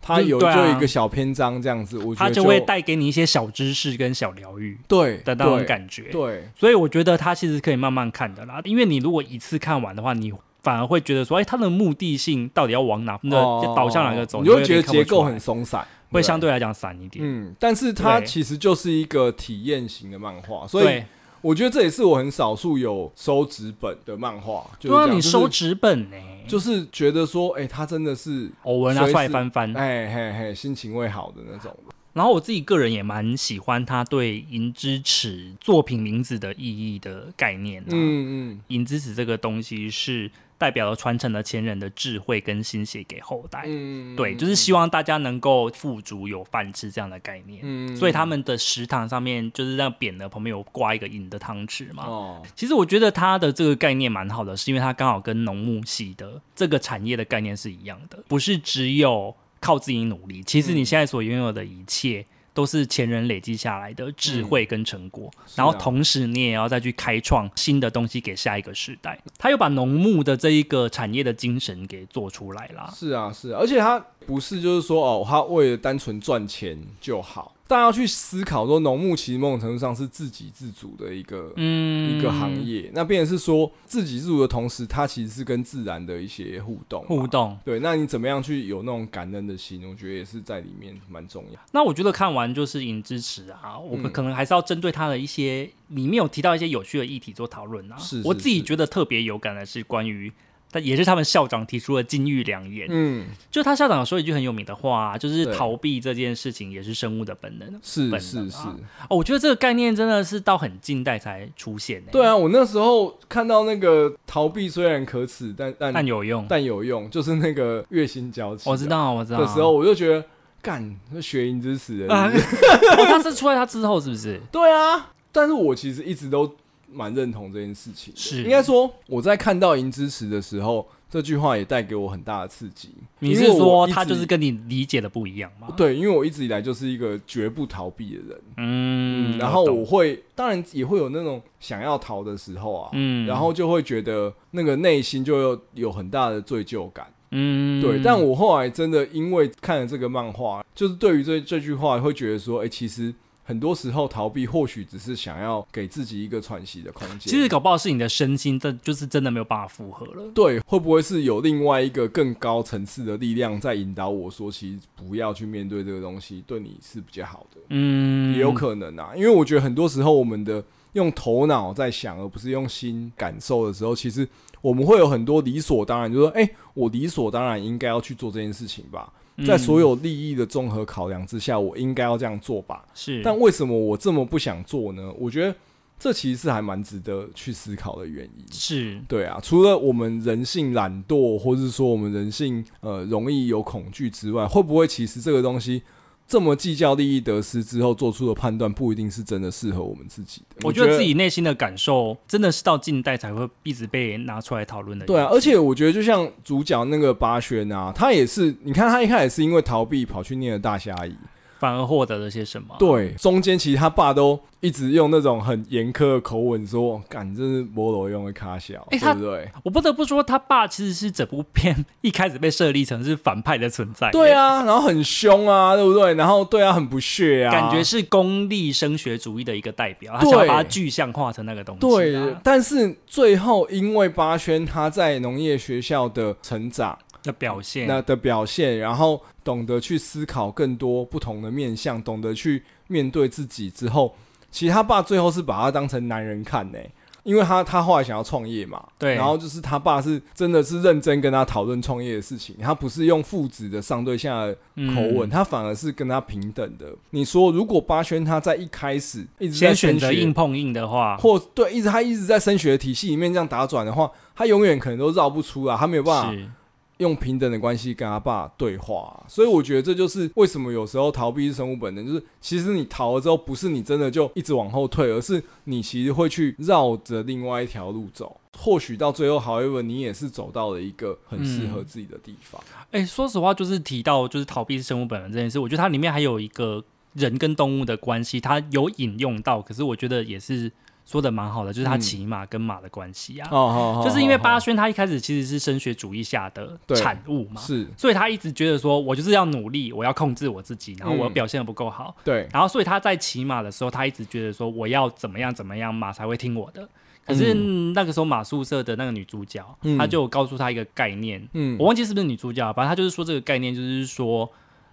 Speaker 2: 它
Speaker 1: 嗯
Speaker 2: 有
Speaker 1: 对
Speaker 2: 就
Speaker 1: 啊
Speaker 2: 一个小篇章这样子，我觉
Speaker 1: 他
Speaker 2: 得
Speaker 1: 就会带给你一些小知识跟小疗愈
Speaker 2: 对
Speaker 1: 的那种感觉
Speaker 2: 觉。对
Speaker 1: 所以我觉得他其实可以慢慢看的啦，因为你如果一次看完的话，你反而会觉得说，哎，他的目的性到底要往哪，那、
Speaker 2: 哦
Speaker 1: 导向哪个走，
Speaker 2: 你
Speaker 1: 你
Speaker 2: 会
Speaker 1: 有
Speaker 2: 觉
Speaker 1: 点
Speaker 2: 得
Speaker 1: 看不
Speaker 2: 结构
Speaker 1: 出来
Speaker 2: 很松散，
Speaker 1: 会相对来讲散一点。
Speaker 2: 嗯，但是它
Speaker 1: 对
Speaker 2: 其实就是一个体验型的漫画，所以
Speaker 1: 对，
Speaker 2: 我觉得这也是我很少数有收纸本的漫画，就是
Speaker 1: 对啊，
Speaker 2: 这样
Speaker 1: 你收
Speaker 2: 就是
Speaker 1: 纸本呢、
Speaker 2: 就是觉得说，哎、它真的是
Speaker 1: 偶尔拿出
Speaker 2: 随
Speaker 1: 来
Speaker 2: 时
Speaker 1: 翻翻。
Speaker 2: 哎嘿嘿，心情会好的那种。
Speaker 1: 然后我自己个人也蛮喜欢他对“银之匙”作品名字的意义的概念、啊。
Speaker 2: 嗯嗯
Speaker 1: 银之匙这个东西是代表了传承了前人的智慧跟心血给后代。
Speaker 2: 嗯，
Speaker 1: 对，就是希望大家能够富足有饭吃这样的概念。
Speaker 2: 嗯
Speaker 1: 所以他们的食堂上面就是让扁的旁边有挂一个银的汤匙嘛。
Speaker 2: 哦，
Speaker 1: 其实我觉得它的这个概念蛮好的，是因为它刚好跟农牧系的这个产业的概念是一样的，不是只有靠自己努力。其
Speaker 2: 嗯
Speaker 1: 实你现在所拥有的一切。都是前人累积下来的智慧跟成果，然后
Speaker 2: 是啊
Speaker 1: 同时你也要再去开创新的东西给下一个时代。他又把农牧的这一个产业的精神给做出来啦。
Speaker 2: 是啊是啊，而且他不是就是说哦，他为了单纯赚钱就好，大家要去思考说，农牧其实某种程度上是自给自足的一个。
Speaker 1: 嗯，
Speaker 2: 一个行业，那变成是说自给自足的同时，它其实是跟自然的一些互动嘛
Speaker 1: 互。动。
Speaker 2: 对，那你怎么样去有那种感恩的心？我觉得也是在里面蛮重要。
Speaker 1: 那我觉得看完就是《影之池》啊，我们
Speaker 2: 嗯
Speaker 1: 可能还是要针对它的一些里面有提到一些有趣的议题做讨论啊。
Speaker 2: 是是
Speaker 1: 我自己
Speaker 2: 是
Speaker 1: 觉得特别有感的是关于，但也是他们校长提出了金玉良言，
Speaker 2: 嗯，
Speaker 1: 就他校长有说一句很有名的话、就是
Speaker 2: 对
Speaker 1: 逃避这件事情也是生物的本能。
Speaker 2: 是
Speaker 1: 本
Speaker 2: 是
Speaker 1: 能
Speaker 2: 是，
Speaker 1: 啊哦，我觉得这个概念真的是到很近代才出现、欸，
Speaker 2: 对，啊，我那时候看到那个逃避虽然可耻，但但
Speaker 1: 但有用。
Speaker 2: 但有用，就是那个月薪娇妻啊，
Speaker 1: 我哦知道，我知道。
Speaker 2: 的 时候，我就觉得干那学银之死
Speaker 1: 啊，
Speaker 2: 人，
Speaker 1: 哦，他是出来他之后是不 是？
Speaker 2: 对啊，但是我其实一直都蛮认同这件事情的，
Speaker 1: 是
Speaker 2: 应该说我在看到银之匙的时候，这句话也带给我很大的刺激。
Speaker 1: 你
Speaker 2: 因
Speaker 1: 是
Speaker 2: 为我
Speaker 1: 说
Speaker 2: 一直
Speaker 1: 他就是跟你理解的不一样吗？，
Speaker 2: 对，因为我一直以来就是一个绝不逃避的人，
Speaker 1: 嗯，
Speaker 2: 然后
Speaker 1: 懂
Speaker 2: 我会当然也会有那种想要逃的时候啊，
Speaker 1: 嗯
Speaker 2: 然后就会觉得那个内心就有有很大的罪疚感。
Speaker 1: 嗯，
Speaker 2: 对，但我后来真的因为看了这个漫画，就是对于这这句话会觉得说，哎、其实很多时候逃避或许只是想要给自己一个喘息的空间。
Speaker 1: 其实搞不好是你的身心，这就是真的没有办法负荷了。
Speaker 2: 对，会不会是有另外一个更高层次的力量在引导我说，其实不要去面对这个东西，对你是比较好的，
Speaker 1: 嗯，
Speaker 2: 也有可能啊。因为我觉得很多时候我们的用头脑在想，而不是用心感受的时候，其实我们会有很多理所当然，就说，哎、我理所当然应该要去做这件事情吧。
Speaker 1: 能
Speaker 2: 在所有利益的综合考量之下，我应该要这样做吧？
Speaker 1: 是，
Speaker 2: 但为什么我这么不想做呢？我觉得这其实是还蛮值得去思考的原因。
Speaker 1: 是
Speaker 2: 对啊，除了我们人性懒惰，或是说我们人性呃容易有恐惧之外，会不会其实这个东西这么计较利益得失之后做出的判断，不一定是真的适合我们自己的？
Speaker 1: 我觉得自己内心的感受，真的是到近代才会一直被拿出来讨论的。
Speaker 2: 对啊，，而且我觉得就像主角那个八轩啊，他也是，你看他一开始是因为逃避跑去念了大虾夷，
Speaker 1: 反而获得了些什么？，
Speaker 2: 对，中间其实他爸都一直用那种很严苛的口吻说：“干，这是菠萝用的卡小，
Speaker 1: 欸他
Speaker 2: 对不对
Speaker 1: 我不得不说，他爸其实是整部片一开始被设立成是反派的存在。？”
Speaker 2: 对。啊，然后很凶啊，对不对？然后对啊，很不屑啊，
Speaker 1: 感觉是功利升学主义的一个代表，他想要
Speaker 2: 对
Speaker 1: 把它具象化成那个东西、
Speaker 2: 对
Speaker 1: 啊。。
Speaker 2: 但是最后因为八轩他在农业学校的成长，
Speaker 1: 的表现，
Speaker 2: 那的表现，然后懂得去思考更多不同的面向，懂得去面对自己之后，其实他爸最后是把他当成男人看呢、因为他他后来想要创业嘛，
Speaker 1: 对
Speaker 2: 然后就是他爸是真的是认真跟他讨论创业的事情，他不是用父子的上对下的
Speaker 1: 嗯
Speaker 2: 口吻，他反而是跟他平等的。你说如果八轩他在一开始一直在
Speaker 1: 先选
Speaker 2: 升
Speaker 1: 择
Speaker 2: 学
Speaker 1: 硬碰硬的话，
Speaker 2: 或对一直他一直在升学体系里面这样打转的话，他永远可能都绕不出来，他没有办法
Speaker 1: 是
Speaker 2: 用平等的关系跟他爸对话、所以我觉得这就是为什么有时候逃避是生物本能，就是其实你逃了之后，不是你真的就一直往后退，而是你其实会去绕着另外一条路走。或许到最后，however，你也是走到了一个很适合自己的地方。
Speaker 1: 哎、说实话，就是提到就是逃避生物本能这件事，我觉得它里面还有一个人跟动物的关系，它有引用到，可是我觉得也是说的蛮好的，就是它
Speaker 2: 嗯
Speaker 1: 骑马跟马的关系啊，
Speaker 2: 哦哦
Speaker 1: 就是因为八轩他一开始其实是升学主义下的
Speaker 2: 对
Speaker 1: 产物嘛，
Speaker 2: 是
Speaker 1: 所以他一直觉得说我就是要努力，我要控制我自己，然后我
Speaker 2: 嗯
Speaker 1: 表现的不够好，
Speaker 2: 对，
Speaker 1: 然后所以他在骑马的时候，他一直觉得说我要怎么样怎么样，马才会听我的。可是那个时候马宿舍的那个女主角，
Speaker 2: 嗯
Speaker 1: 她就告诉他一个概念，
Speaker 2: 嗯
Speaker 1: 我忘记是不是女主角，反正她就是说这个概念，就是说，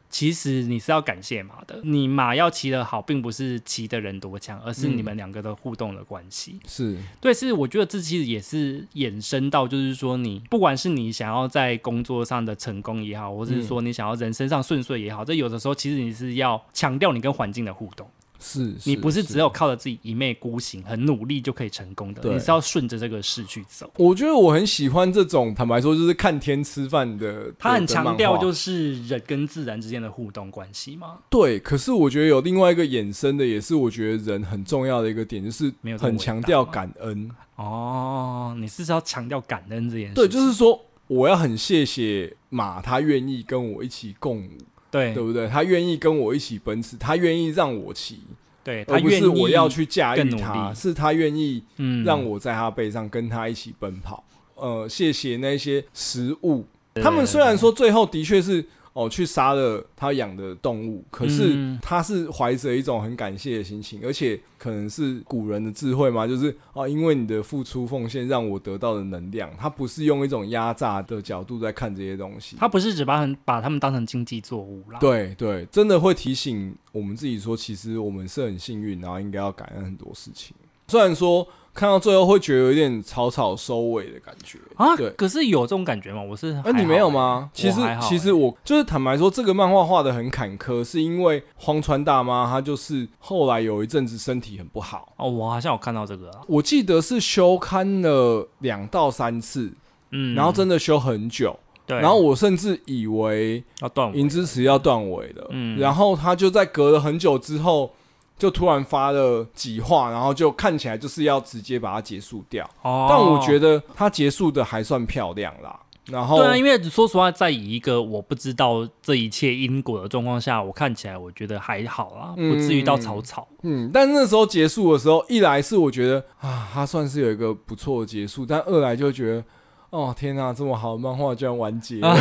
Speaker 1: 其实你是要感谢马的，你马要骑得好，并不是骑的人多强，而是你们两个的互动的关系。
Speaker 2: 是
Speaker 1: 对，是我觉得这其实也是衍生到，就是说你不管是你想要在工作上的成功也好，或是
Speaker 2: 嗯
Speaker 1: 说你想要人生上顺遂也好，这有的时候其实你是要强调你跟环境的互动，
Speaker 2: 是，
Speaker 1: 你不是
Speaker 2: 有。
Speaker 1: 只有靠着自己一昧孤行、很努力就可以成功的，
Speaker 2: 对
Speaker 1: 你是要顺着这个势去走。
Speaker 2: 我觉得我很喜欢这种，坦白说就是看天吃饭的。
Speaker 1: 他很强调就是是人跟自然之间的互动关系嘛，
Speaker 2: 对，可是我觉得有另外一个衍生的，也是我觉得人很重要的一个点，就是
Speaker 1: 没有这么
Speaker 2: 很强调感恩。
Speaker 1: 哦，你是要强调感恩这件事情，
Speaker 2: 对，就是说我要很谢谢马，他愿意跟我一起共舞，
Speaker 1: 对
Speaker 2: 对不对？他愿意跟我一起奔驰，他愿意让我骑，
Speaker 1: 对，他
Speaker 2: 而不
Speaker 1: 愿
Speaker 2: 是
Speaker 1: 意
Speaker 2: 我要去驾驭
Speaker 1: 更努
Speaker 2: 他，
Speaker 1: 力
Speaker 2: 是他愿意
Speaker 1: 嗯
Speaker 2: 让我在他背上跟他一起奔跑。呃，谢谢那些食物，他们虽然说最后的确是哦去杀了他养的动物，可是
Speaker 1: 嗯
Speaker 2: 他是怀着一种很感谢的心情，而且可能是古人的智慧嘛，就是哦，因为你的付出奉献让我得到的能量，他不是用一种压榨的角度在看这些东西。
Speaker 1: 他不是只把很把他们当成经济作物啦，
Speaker 2: 对对，真的会提醒我们自己说，其实我们是很幸运，然后应该要感恩很多事情。虽然说看到最后会觉得有点草草收尾的感觉
Speaker 1: 啊
Speaker 2: 对，。
Speaker 1: 可是有这种感觉吗？我是
Speaker 2: 那、
Speaker 1: 还
Speaker 2: 你没
Speaker 1: 好
Speaker 2: 有
Speaker 1: 欸？
Speaker 2: 吗？其实
Speaker 1: 我还好
Speaker 2: 其实我就是坦白说，这个漫画画的很坎坷，是因为荒川大妈她就是后来有一阵子身体很不好，
Speaker 1: 哦，我好像有看到这个啊，
Speaker 2: 我记得是休刊了两到三次，
Speaker 1: 嗯，
Speaker 2: 然后真的休很久，
Speaker 1: 对，
Speaker 2: 然后我甚至以为
Speaker 1: 要断尾
Speaker 2: 银之匙要断尾了，
Speaker 1: 嗯
Speaker 2: 然后他就在隔了很久之后，就突然发了几话，然后就看起来就是要直接把它结束掉，
Speaker 1: 哦，
Speaker 2: 但我觉得他结束的还算漂亮啦。然后
Speaker 1: 对啊，因为说实话，在以一个我不知道这一切因果的状况下，我看起来我觉得还好啊，
Speaker 2: 嗯
Speaker 1: 不至于到草草。
Speaker 2: 嗯，但那时候结束的时候，一来是我觉得啊，他算是有一个不错的结束，但二来就觉得。哦天呐，这么好的漫画居然完结了，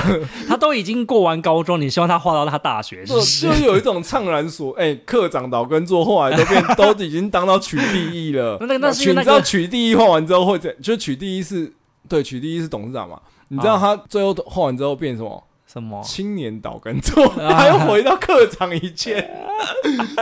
Speaker 1: 他都已经过完高中，你希望他画到他大学，是
Speaker 2: 就
Speaker 1: 不是
Speaker 2: 就有一种怅然所哎、课长岛根做后来都 变都已经当到取缔役了。
Speaker 1: 那那是因
Speaker 2: 取
Speaker 1: 为
Speaker 2: 你
Speaker 1: 那
Speaker 2: 知道
Speaker 1: 个
Speaker 2: 取缔役画完之后会怎？就取缔役是对取缔役是董事长嘛？你知道
Speaker 1: 啊
Speaker 2: 他最后画完之后变什么？
Speaker 1: 什么？
Speaker 2: 青年岛根座，
Speaker 1: 啊
Speaker 2: 他又回到课长一 切，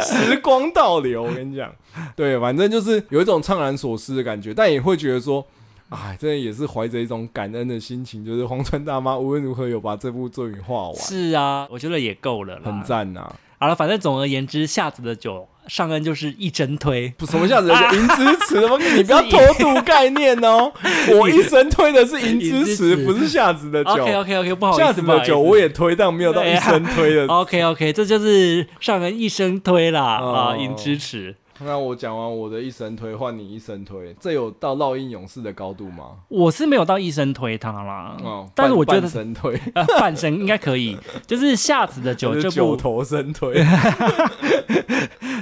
Speaker 2: 时光倒流。我跟你讲，对，反正就是有一种怅然所失的感觉，但也会觉得说，哎，真的也是怀着一种感恩的心情，就是荒川大妈无论如何有把这部作品画完，
Speaker 1: 是啊，我觉得也够了
Speaker 2: 很
Speaker 1: 啦。
Speaker 2: 赞呐、啊
Speaker 1: 好了，反正总而言之，下子的酒上恩就是一针推，
Speaker 2: 不，什么叫人家银之匙？我跟你不要偷渡概念 哦！我一生推的是银之
Speaker 1: 银
Speaker 2: 匙，
Speaker 1: 之匙
Speaker 2: 不是下 子的
Speaker 1: 哦 OK
Speaker 2: 酒。
Speaker 1: OK OK，不好意思，
Speaker 2: 下子
Speaker 1: 不好
Speaker 2: 的
Speaker 1: 意思啊
Speaker 2: 酒我也推，但没有到一生推的
Speaker 1: OK OK，这就是上恩一生推啦
Speaker 2: 哦
Speaker 1: 啊，引支持。
Speaker 2: 那我讲完我的一生推，换你一生推，这有到烙印勇士的高度吗？
Speaker 1: 我是没有到一生推他啦，
Speaker 2: 哦，
Speaker 1: 但是
Speaker 2: 半
Speaker 1: 我觉得
Speaker 2: 半神 推，
Speaker 1: 呃半 生应该可以，就是夏子的酒
Speaker 2: 就是
Speaker 1: 这
Speaker 2: 九
Speaker 1: 部
Speaker 2: 头身推，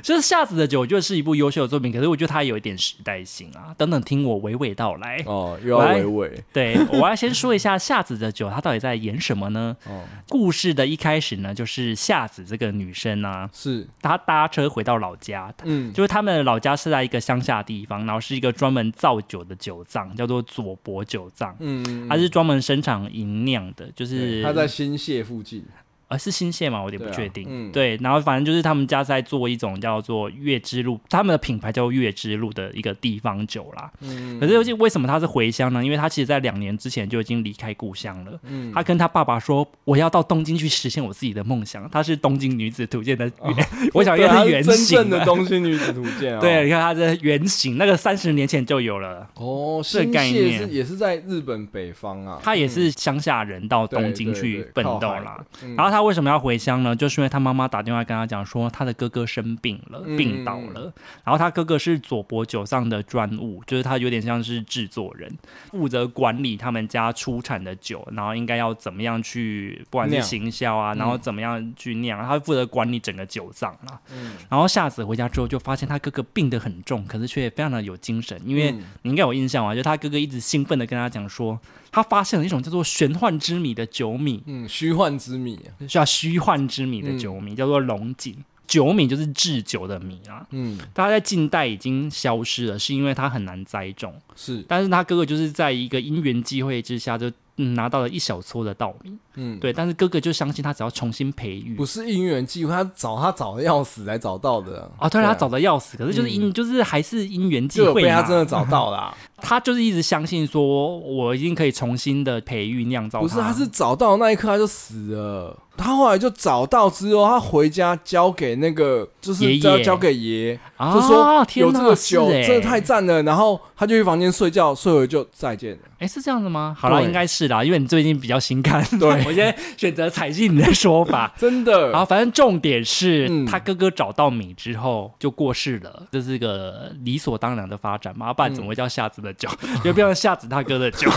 Speaker 1: 就是夏子的酒，我觉得是一部优秀的作品，可是我觉得它有一点时代性啊。等等，听我娓娓道来。
Speaker 2: 哦，又要
Speaker 1: 来
Speaker 2: 娓娓
Speaker 1: 对，我要先说一下夏子的酒，它到底在演什么呢？
Speaker 2: 哦，
Speaker 1: 故事的一开始呢，就是夏子这个女生啊，
Speaker 2: 是，
Speaker 1: 她搭车回到老家，
Speaker 2: 嗯，
Speaker 1: 就是他们的老家是在一个乡下地方，然后是一个专门造酒的酒藏，叫做佐伯酒藏，
Speaker 2: 嗯，
Speaker 1: 它是专门生产银酿的，就是
Speaker 2: 对他在新泻附近，
Speaker 1: 呃是新泻嘛，我有点
Speaker 2: 对
Speaker 1: 不
Speaker 2: 啊
Speaker 1: 确定。
Speaker 2: 嗯
Speaker 1: 对，然后反正就是他们家在做一种叫做月之路，他们的品牌叫月之路的一个地方酒啦。
Speaker 2: 嗯
Speaker 1: 可是就是为什么他是回乡呢？因为他其实在两年之前就已经离开故乡了。
Speaker 2: 嗯
Speaker 1: 他跟他爸爸说：“我要到东京去实现我自己的梦想。”她是《东京女子图鉴》的 原，哦我想应
Speaker 2: 对
Speaker 1: 该
Speaker 2: 他
Speaker 1: 原
Speaker 2: 真
Speaker 1: 型
Speaker 2: 正的
Speaker 1: 啊
Speaker 2: 东西女子图鉴啊，
Speaker 1: 对，，你看它的原型，那个三十年前就有了。
Speaker 2: 哦，
Speaker 1: 这个
Speaker 2: 新
Speaker 1: 概
Speaker 2: 泻
Speaker 1: 念
Speaker 2: 是也是在日本北方啊，
Speaker 1: 他也是乡下人到东京
Speaker 2: 对
Speaker 1: 去
Speaker 2: 对对
Speaker 1: 奋斗
Speaker 2: 靠海
Speaker 1: 啦。
Speaker 2: 嗯
Speaker 1: 然后他为什么要回乡呢？就是因为他妈妈打电话跟他讲说，他的哥哥生病了，
Speaker 2: 嗯
Speaker 1: 病倒了。然后他哥哥是佐伯酒上的专务，就是他有点像是制作人，负责管理他们家出产的酒，然后应该要怎么样去，不管是
Speaker 2: 酿
Speaker 1: 行销
Speaker 2: 嗯
Speaker 1: 啊，然后怎么样去酿，他负责管理整个酒藏啦。
Speaker 2: 嗯
Speaker 1: 然后夏子回家之后就发现他哥哥病得很重，可是却非常的有精神，因为
Speaker 2: 嗯
Speaker 1: 你应该有印象啊，就他哥哥一直兴奋的跟他讲说，他发现了一种叫做玄幻之米的酒米，
Speaker 2: 嗯，虚幻之谜，
Speaker 1: 叫虚幻之米的酒米，叫做龙井。酒米就是制酒的米啊，
Speaker 2: 嗯，
Speaker 1: 它在近代已经消失了，是因为它很难栽种。
Speaker 2: 是，
Speaker 1: 但是他哥哥就是在一个因缘际会之下就，嗯拿到了一小撮的稻米，
Speaker 2: 嗯，
Speaker 1: 对。但是哥哥就相信他只要重新培育，
Speaker 2: 不是因缘际会，他找他找的要死才找到的
Speaker 1: 啊，对他找
Speaker 2: 啊
Speaker 1: 的要死，可是就是因、就是还是因缘际
Speaker 2: 就有
Speaker 1: 会
Speaker 2: 被他
Speaker 1: 嘛，
Speaker 2: 真的找到 啦、
Speaker 1: 他就是一直相信说，我一定可以重新的培育酿造它。
Speaker 2: 不是，他是找到那一刻他就死了。他后来就找到之后，他回家交给那个，就是
Speaker 1: 爷
Speaker 2: 交
Speaker 1: 爷
Speaker 2: 交给爷，
Speaker 1: 啊，
Speaker 2: 就说
Speaker 1: 天
Speaker 2: 有
Speaker 1: 哪
Speaker 2: 这个酒，
Speaker 1: 是欸
Speaker 2: 真的太赞了。然后他就去房间睡觉，睡会就再见了。
Speaker 1: 哎是这样子吗？好了，
Speaker 2: 对
Speaker 1: 应该是啦，因为你最近比较新看，
Speaker 2: 对。
Speaker 1: 我先选择采信你的说法
Speaker 2: 真的，
Speaker 1: 然 后，反正重点是、
Speaker 2: 嗯
Speaker 1: 他哥哥找到米之后就过世了，这是一个理所当然的发展嘛，不然怎么会叫夏子的酒？
Speaker 2: 嗯
Speaker 1: 就变成夏子他哥的 酒，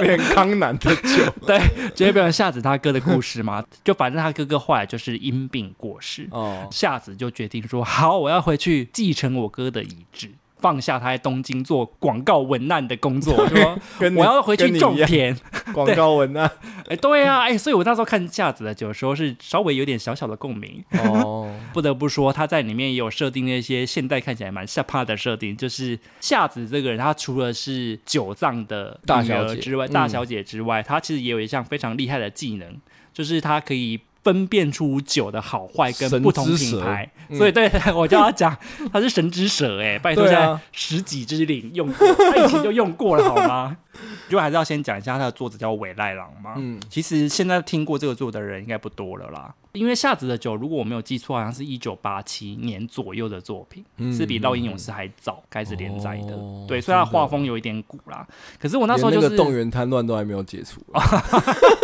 Speaker 2: 变康南 的酒
Speaker 1: 对，直接变成夏子他哥的故事嘛。就反正他哥哥后来就是因病过世，
Speaker 2: 哦，
Speaker 1: 夏子就决定说：“好，我要回去继承我哥的遗志，放下他在东京做广告文案的工作。”我说
Speaker 2: 跟：“你
Speaker 1: 我要回
Speaker 2: 跟
Speaker 1: 去
Speaker 2: 你
Speaker 1: 种
Speaker 2: 一样
Speaker 1: 田。
Speaker 2: 广告文啊。”
Speaker 1: 哎，对啊，哎，所以我那时候看夏子的酒的时候是稍微有点小小的共鸣。
Speaker 2: 哦，
Speaker 1: 不得不说，他在里面也有设定那些现代看起来蛮下怕的设定，就是夏子这个人，他除了是酒藏的
Speaker 2: 大
Speaker 1: 女儿
Speaker 2: 小姐
Speaker 1: 之外，
Speaker 2: 嗯
Speaker 1: 大小姐之外，他其实也有一项非常厉害的技能，就是他可以。分辨出酒的好坏跟
Speaker 2: 神
Speaker 1: 不同
Speaker 2: 之
Speaker 1: 品
Speaker 2: 蛇
Speaker 1: 牌，
Speaker 2: 嗯
Speaker 1: 所以对 我叫他讲，他是神之蛇哎、拜托
Speaker 2: 对
Speaker 1: 现
Speaker 2: 啊
Speaker 1: 在十几之灵用过，他以前就用过了好吗？ 就还是要先讲一下他的作者叫尾赖郎嘛，
Speaker 2: 嗯，
Speaker 1: 其实现在听过这个作的人应该不多了啦，因为夏子的酒，如果我没有记错，好像是一九八七年左右的作品，
Speaker 2: 嗯
Speaker 1: 是比《烙印勇士》还早开始连载的。
Speaker 2: 哦
Speaker 1: 对，所以它
Speaker 2: 真的
Speaker 1: 画风有一点古啦。可是我那时候就
Speaker 2: 连
Speaker 1: 是哦
Speaker 2: 那个动员贪乱都还没有解除啊。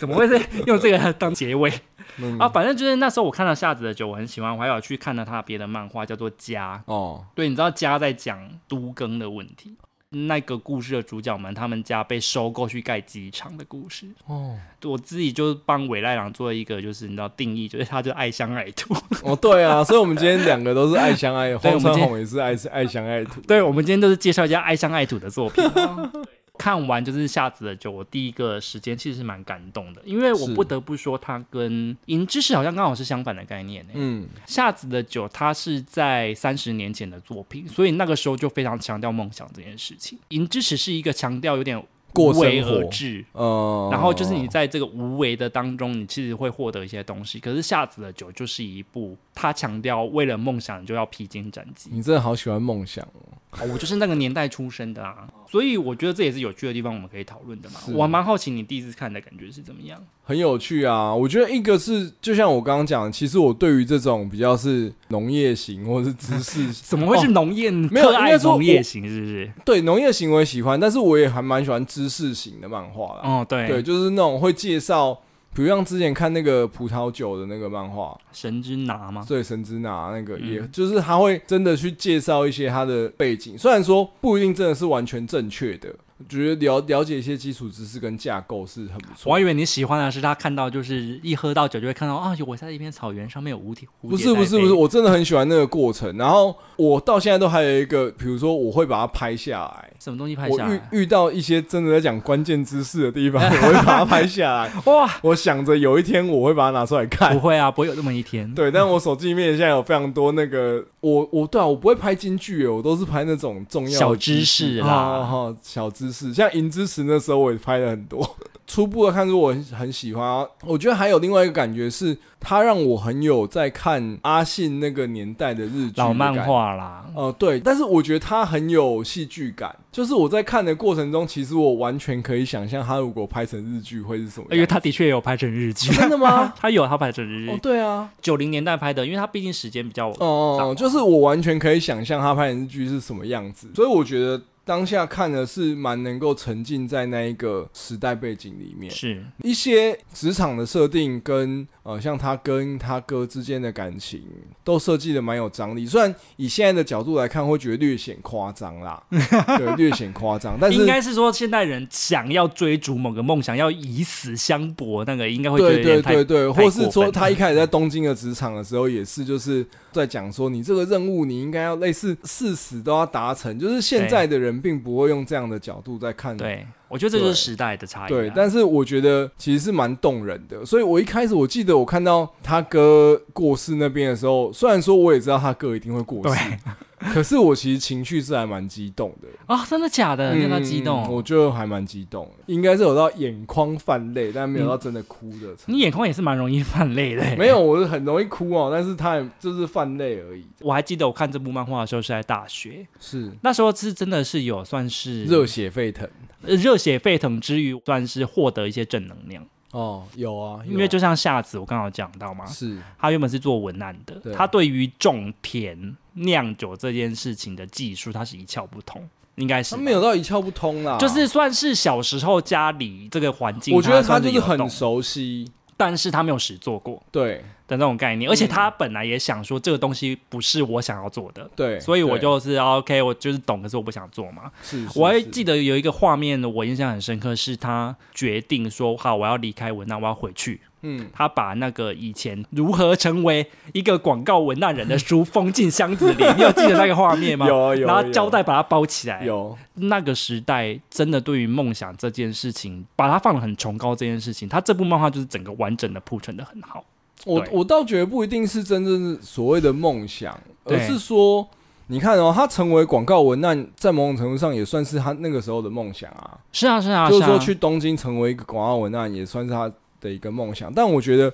Speaker 1: 怎么会是用这个当结尾、
Speaker 2: 嗯
Speaker 1: 啊？反正就是那时候我看了夏子的酒，我很喜欢，我还有去看了他别的漫画，叫做《家》。
Speaker 2: 哦，
Speaker 1: 对，你知道家在讲都更的问题，那个故事的主角们，他们家被收购去盖机场的故事。
Speaker 2: 哦，
Speaker 1: 我自己就帮尾赖郎做一个，就是你知道定义，就是他就爱乡爱土。
Speaker 2: 哦，对啊，所以我们今天两个都是爱相爱，
Speaker 1: 对我们
Speaker 2: 黄
Speaker 1: 今
Speaker 2: 川
Speaker 1: 天
Speaker 2: 红也是爱 爱相爱土。
Speaker 1: 对，我们今天都是介绍一下爱乡爱土的作 品啊。看完就是夏子的酒，我第一个时间其实是蛮感动的，因为我
Speaker 2: 是
Speaker 1: 不得不说，它跟银之匙好像刚好是相反的概念、欸。
Speaker 2: 嗯，
Speaker 1: 夏子的酒，它是在三十年前的作品，所以那个时候就非常强调梦想这件事情。银之匙是一个强调有点
Speaker 2: 过
Speaker 1: 无为
Speaker 2: 生活
Speaker 1: 而，治，
Speaker 2: 呃，
Speaker 1: 然后就是你在这个无为的当中，你其实会获得一些东西。可是夏子的酒就是一部，他强调为了梦想你就要披荆斩棘、
Speaker 2: 你真的好喜欢梦想哦。
Speaker 1: 哦我就是那个年代出生的 啊，所以我觉得这也是有趣的地方，我们可以讨论的嘛。
Speaker 2: 是
Speaker 1: 我还蛮好奇你第一次看的感觉是怎么样？
Speaker 2: 很有趣啊！我觉得一个是，就像我刚刚讲，其实我对于这种比较是农业型或是知识型，
Speaker 1: 怎么会是
Speaker 2: 哦
Speaker 1: 农业？你
Speaker 2: 没有
Speaker 1: 特
Speaker 2: 应
Speaker 1: 爱
Speaker 2: 该说
Speaker 1: 农业
Speaker 2: 我
Speaker 1: 型是不是？
Speaker 2: 对农业型我也喜欢，但是我也还蛮喜欢知识型的漫画 啦。
Speaker 1: 哦，对，
Speaker 2: 对，就是那种会介绍，比如像之前看那个葡萄酒的那个漫画，
Speaker 1: 神之拿吗？
Speaker 2: 对神之拿那个
Speaker 1: 嗯
Speaker 2: 也，就是他会真的去介绍一些他的背景，虽然说不一定真的是完全正确的，觉得了了解一些基础知识跟架构是很不
Speaker 1: 我
Speaker 2: 错
Speaker 1: 还。以为你喜欢的是他看到，就是一喝到酒就会看到啊，有我在一片草原上面有蝴蝶。蝴蝶
Speaker 2: 不是不
Speaker 1: 在
Speaker 2: 是不
Speaker 1: 飞
Speaker 2: 是，我真的很喜欢那个过程。然后我到现在都还有一个，比如说我会把它拍下来。
Speaker 1: 什么东西拍
Speaker 2: 我
Speaker 1: 下来？
Speaker 2: 遇遇到一些真的在讲关键知识的地方，我会把它拍 下来。
Speaker 1: 哇，
Speaker 2: 我想着有一天我会把它拿出来看
Speaker 1: 不。会啊，不会有这么一天。
Speaker 2: 对，但我手机里面现在有非常多那个，我我对啊，我不会拍金句耶，我都是拍那种重要的
Speaker 1: 小知识啦
Speaker 2: 啊哈、小知识。像银之匙那时候我也拍了很多，初步的看出我很很喜欢、啊。我觉得还有另外一个感觉是，它让我很有在看阿信那个年代的日剧的
Speaker 1: 老漫
Speaker 2: 感觉。
Speaker 1: 画啦，
Speaker 2: 呃，对，但是我觉得它很有戏剧感，就是我在看的过程中，其实我完全可以想象它如果拍成日剧会是什么
Speaker 1: 因为
Speaker 2: 样。
Speaker 1: 他的确有拍成日 剧，
Speaker 2: 真的吗？
Speaker 1: 他有他拍成日
Speaker 2: 哦
Speaker 1: 剧，，
Speaker 2: 对啊，
Speaker 1: 九零年代拍的，因为他毕竟时间比较
Speaker 2: 哦、
Speaker 1: 早
Speaker 2: 就是我完全可以想象他拍的日剧是什么样子，所以我觉得当下看的是蛮能够沉浸在那一个时代背景里面。
Speaker 1: 是
Speaker 2: 一些职场的设定跟呃，像他跟他哥之间的感情都设计的蛮有张力，虽然以现在的角度来看，会觉得略显夸 张啦，对，略显夸张，但是
Speaker 1: 应该是说现代人想要追逐某个梦想，要以死相搏，那个应该会觉得
Speaker 2: 对
Speaker 1: 有点
Speaker 2: 对
Speaker 1: 太
Speaker 2: 对对，
Speaker 1: 太
Speaker 2: 或是
Speaker 1: 过
Speaker 2: 说
Speaker 1: 分
Speaker 2: 他一开始在东京的职场的时候，也是就是在讲说，你这个任务你应该要类似誓死都要达成，就是现在的人并不会用这样的角度在看。
Speaker 1: 对，我觉得这就是
Speaker 2: 对
Speaker 1: 时代的差异啊。
Speaker 2: 对，但是我觉得其实是蛮动人的，所以我一开始我记得我看到他哥过世那边的时候，虽然说我也知道他哥一定会过世， 可是我其实情绪是还蛮激动的，
Speaker 1: 啊，真的假的？让他激
Speaker 2: 嗯
Speaker 1: 动，哦
Speaker 2: 我就还蛮激动的，应该是有到眼眶泛泪，但没有到真的哭的程度。
Speaker 1: 你眼眶也是蛮容易泛泪的欸。
Speaker 2: 没有，我是很容易哭哦，但是他也就是泛泪而已。
Speaker 1: 我还记得我看这部漫画的时候是在大学，
Speaker 2: 是
Speaker 1: 那时候是真的是有算是
Speaker 2: 热血沸腾
Speaker 1: 呃热血沸腾之余，算是获得一些正能量。
Speaker 2: 哦，有啊，有啊
Speaker 1: 因为就像夏子，我刚好讲到嘛，
Speaker 2: 是
Speaker 1: 他原本是做文案的
Speaker 2: 对，
Speaker 1: 啊他对于种田酿酒这件事情的技术，他是一窍不通，应该是
Speaker 2: 他
Speaker 1: 吧
Speaker 2: 没有到一窍不通啦，
Speaker 1: 就是算是小时候家里这个环境，
Speaker 2: 我觉得他
Speaker 1: 算
Speaker 2: 就是
Speaker 1: 有
Speaker 2: 很
Speaker 1: 懂，
Speaker 2: 熟悉，
Speaker 1: 但是他没有实做过
Speaker 2: 对
Speaker 1: 的那种概念，而
Speaker 2: 嗯
Speaker 1: 且他本来也想说这个东西不是我想要做的，
Speaker 2: 对，
Speaker 1: 所以我
Speaker 2: 对
Speaker 1: 就是啊 OK，我就是懂，可是我不想做嘛。
Speaker 2: 是是
Speaker 1: 我还
Speaker 2: 是
Speaker 1: 记得有一个画面，我印象很深刻，是他决定说好，我要离开文案，我要回去。
Speaker 2: 嗯，
Speaker 1: 他把那个以前如何成为一个广告文案人的书封进箱子里，你有记得那个画面吗？
Speaker 2: 有啊有啊
Speaker 1: 然后
Speaker 2: 有
Speaker 1: 胶带把它包起来。
Speaker 2: 有
Speaker 1: 那个时代真的对于梦想这件事情，把它放得很崇高这件事情，他这部漫画就是整个完整的铺陈的很好。
Speaker 2: 我
Speaker 1: 对
Speaker 2: 我倒觉得不一定是真正所谓的梦想，而
Speaker 1: 对
Speaker 2: 是说。你看哦，他成为广告文案，在某种程度上也算是他那个时候的梦想啊。
Speaker 1: 是啊，是啊，
Speaker 2: 就是说
Speaker 1: 啊
Speaker 2: 去东京成为一个广告文案，也算是他的一个梦想。但我觉得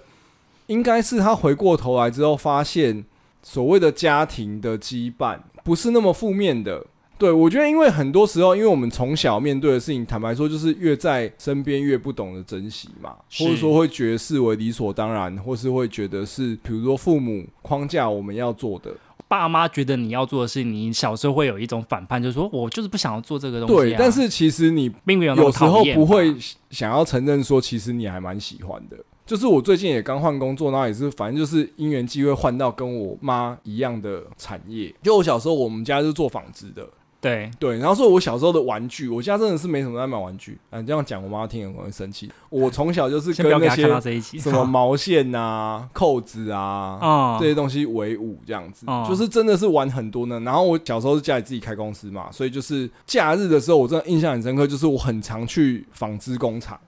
Speaker 2: 应该是他回过头来之后，发现所谓的家庭的羁绊不是那么负面的。对，我觉得，因为很多时候，因为我们从小面对的事情，坦白说，就是越在身边越不懂得珍惜嘛，
Speaker 1: 是
Speaker 2: 或者说会觉得视为理所当然，或是会觉得是，比如说父母框架我们要做的，
Speaker 1: 爸妈觉得你要做的事，你小时候会有一种反叛，就是说我就是不想要做这个东西、啊。
Speaker 2: 对。但是其实你
Speaker 1: 并没有那
Speaker 2: 有
Speaker 1: 么
Speaker 2: 时候
Speaker 1: 讨厌
Speaker 2: 不
Speaker 1: 吧
Speaker 2: 会想要承认说，其实你还蛮喜欢的。就是我最近也刚换工作，然后也是反正就是因缘机会换到跟我妈一样的产业。就我小时候，我们家是做纺织的，
Speaker 1: 对
Speaker 2: 对。然后所以我小时候的玩具，我家真的是没什么在买玩具。啊，这样讲我妈听了可能会生气。我从小就是
Speaker 1: 先不
Speaker 2: 跟
Speaker 1: 要给
Speaker 2: 那
Speaker 1: 他看到
Speaker 2: 些
Speaker 1: 这一集。
Speaker 2: 什么毛线啊、扣子啊、
Speaker 1: 啊？
Speaker 2: 这些东西为伍，这样子，
Speaker 1: 哦
Speaker 2: 就是真的是玩很多呢。然后我小时候是家里自己开公司嘛，所以就是假日的时候，我真的印象很深刻，就是我很常去纺织工厂，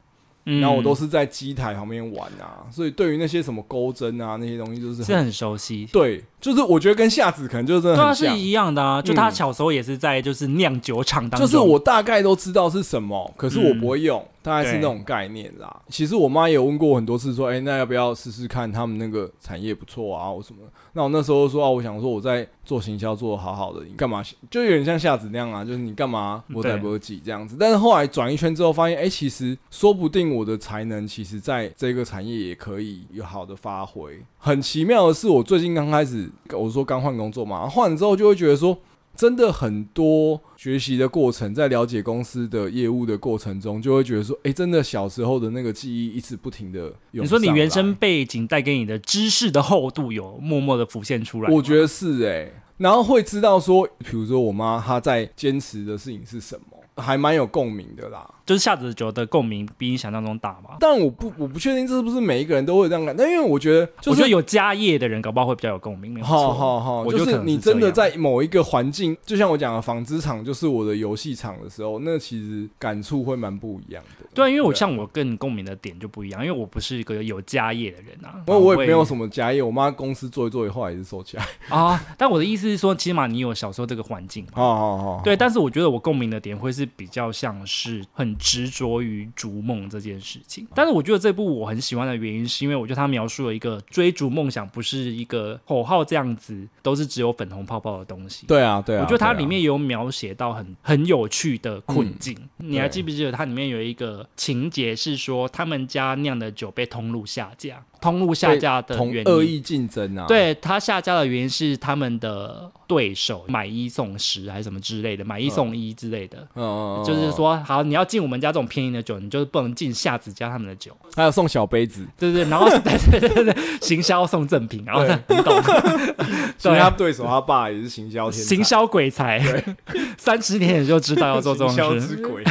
Speaker 1: 嗯
Speaker 2: 然后我都是在机台旁边玩啊，所以对于那些什么钩针啊那些东西，就是
Speaker 1: 是
Speaker 2: 很
Speaker 1: 很熟悉。
Speaker 2: 对，就是我觉得跟夏子可能就是真
Speaker 1: 对
Speaker 2: 的
Speaker 1: 啊，
Speaker 2: 很
Speaker 1: 是
Speaker 2: 像。
Speaker 1: 一样的啊。就他
Speaker 2: 嗯
Speaker 1: 小时候也是在就是酿酒厂当
Speaker 2: 就
Speaker 1: 中，嗯
Speaker 2: 是我大概都知道是什么，可是我不会用，大概是
Speaker 1: 对
Speaker 2: 那种概念啦。其实我妈也有问过我很多次，说：“哎、那要不要试试看？他们那个产业不错啊，或什么的。”那我那时候说：“啊，我想说我在做行销做的好好的，你干嘛？就有点像夏子那样啊，就是你干嘛我在
Speaker 1: 嗯对
Speaker 2: 不记这样子。”但是后来转一圈之后，发现哎、其实说不定我的才能其实在这个产业也可以有好的发挥。很奇妙的是，我最近刚开始，我说刚换工作嘛，换了之后就会觉得说。真的很多学习的过程，在了解公司的业务的过程中，就会觉得说，哎、真的小时候的那个记忆一直不停的涌
Speaker 1: 你说你
Speaker 2: 上
Speaker 1: 原
Speaker 2: 来
Speaker 1: 生背景带给你的知识的厚度有默默的浮现出来吗。
Speaker 2: 我觉得是哎、然后会知道说，比如说我妈她在坚持的事情是什么，还蛮有共鸣的啦。
Speaker 1: 就是下子酒的共鸣比你想象中大嘛。
Speaker 2: 但我不我不确定这是不是每一个人都会有这样感，但因为我觉得就
Speaker 1: 我觉得
Speaker 2: 是。
Speaker 1: 有家业的人，搞不好会比较有共鸣。没有
Speaker 2: 好
Speaker 1: 错，
Speaker 2: 好好，
Speaker 1: 我
Speaker 2: 就
Speaker 1: 就可
Speaker 2: 是
Speaker 1: 能
Speaker 2: 你
Speaker 1: 是
Speaker 2: 真
Speaker 1: 这
Speaker 2: 的
Speaker 1: 样
Speaker 2: 在某一个环境，就像我讲的，纺织厂就是我的游戏场的时候，那其实感触会蛮不一样的。
Speaker 1: 对啊，因为我
Speaker 2: 啊
Speaker 1: 像我跟你共鸣的点就不一样，因为我不是一个有家业的人啊。
Speaker 2: 我我也
Speaker 1: 会
Speaker 2: 没有什么家业，我妈公司做一做，后来也是收起 来。
Speaker 1: 啊，但我的意思是说，起码你有小时候这个环境嘛。
Speaker 2: 好好好，
Speaker 1: 对，但是我觉得我共鸣的点会是比较像是很执着于逐梦这件事情。但是我觉得这部我很喜欢的原因，是因为我觉得它描述了一个追逐梦想不是一个口号这样子，都是只有粉红泡泡的东西。
Speaker 2: 对啊对啊，
Speaker 1: 我觉得它
Speaker 2: 对啊嗯
Speaker 1: 里面有描写到很很有趣的困境。你还记不记得它里面有一个情节是说，他们家酿的酒被通路下架，通路下
Speaker 2: 被
Speaker 1: 架的
Speaker 2: 同
Speaker 1: 原
Speaker 2: 恶
Speaker 1: 因
Speaker 2: 意竞争啊，
Speaker 1: 对他下架的原因是他们的对手买一送十还是什么之类的，买一送一之类的。
Speaker 2: 嗯，嗯，嗯
Speaker 1: 就是，说，好，你要进我们家这种便宜的酒，你就是不能进夏子家他们的酒，
Speaker 2: 还有送小杯子，
Speaker 1: 对对对，然后对对对 对，行销送赠品，然后很懂，啊
Speaker 2: 其实他对手他爸也是行销天才
Speaker 1: 行销鬼 才，三十年也就知道要做这种
Speaker 2: 行销
Speaker 1: 事。
Speaker 2: 之 鬼，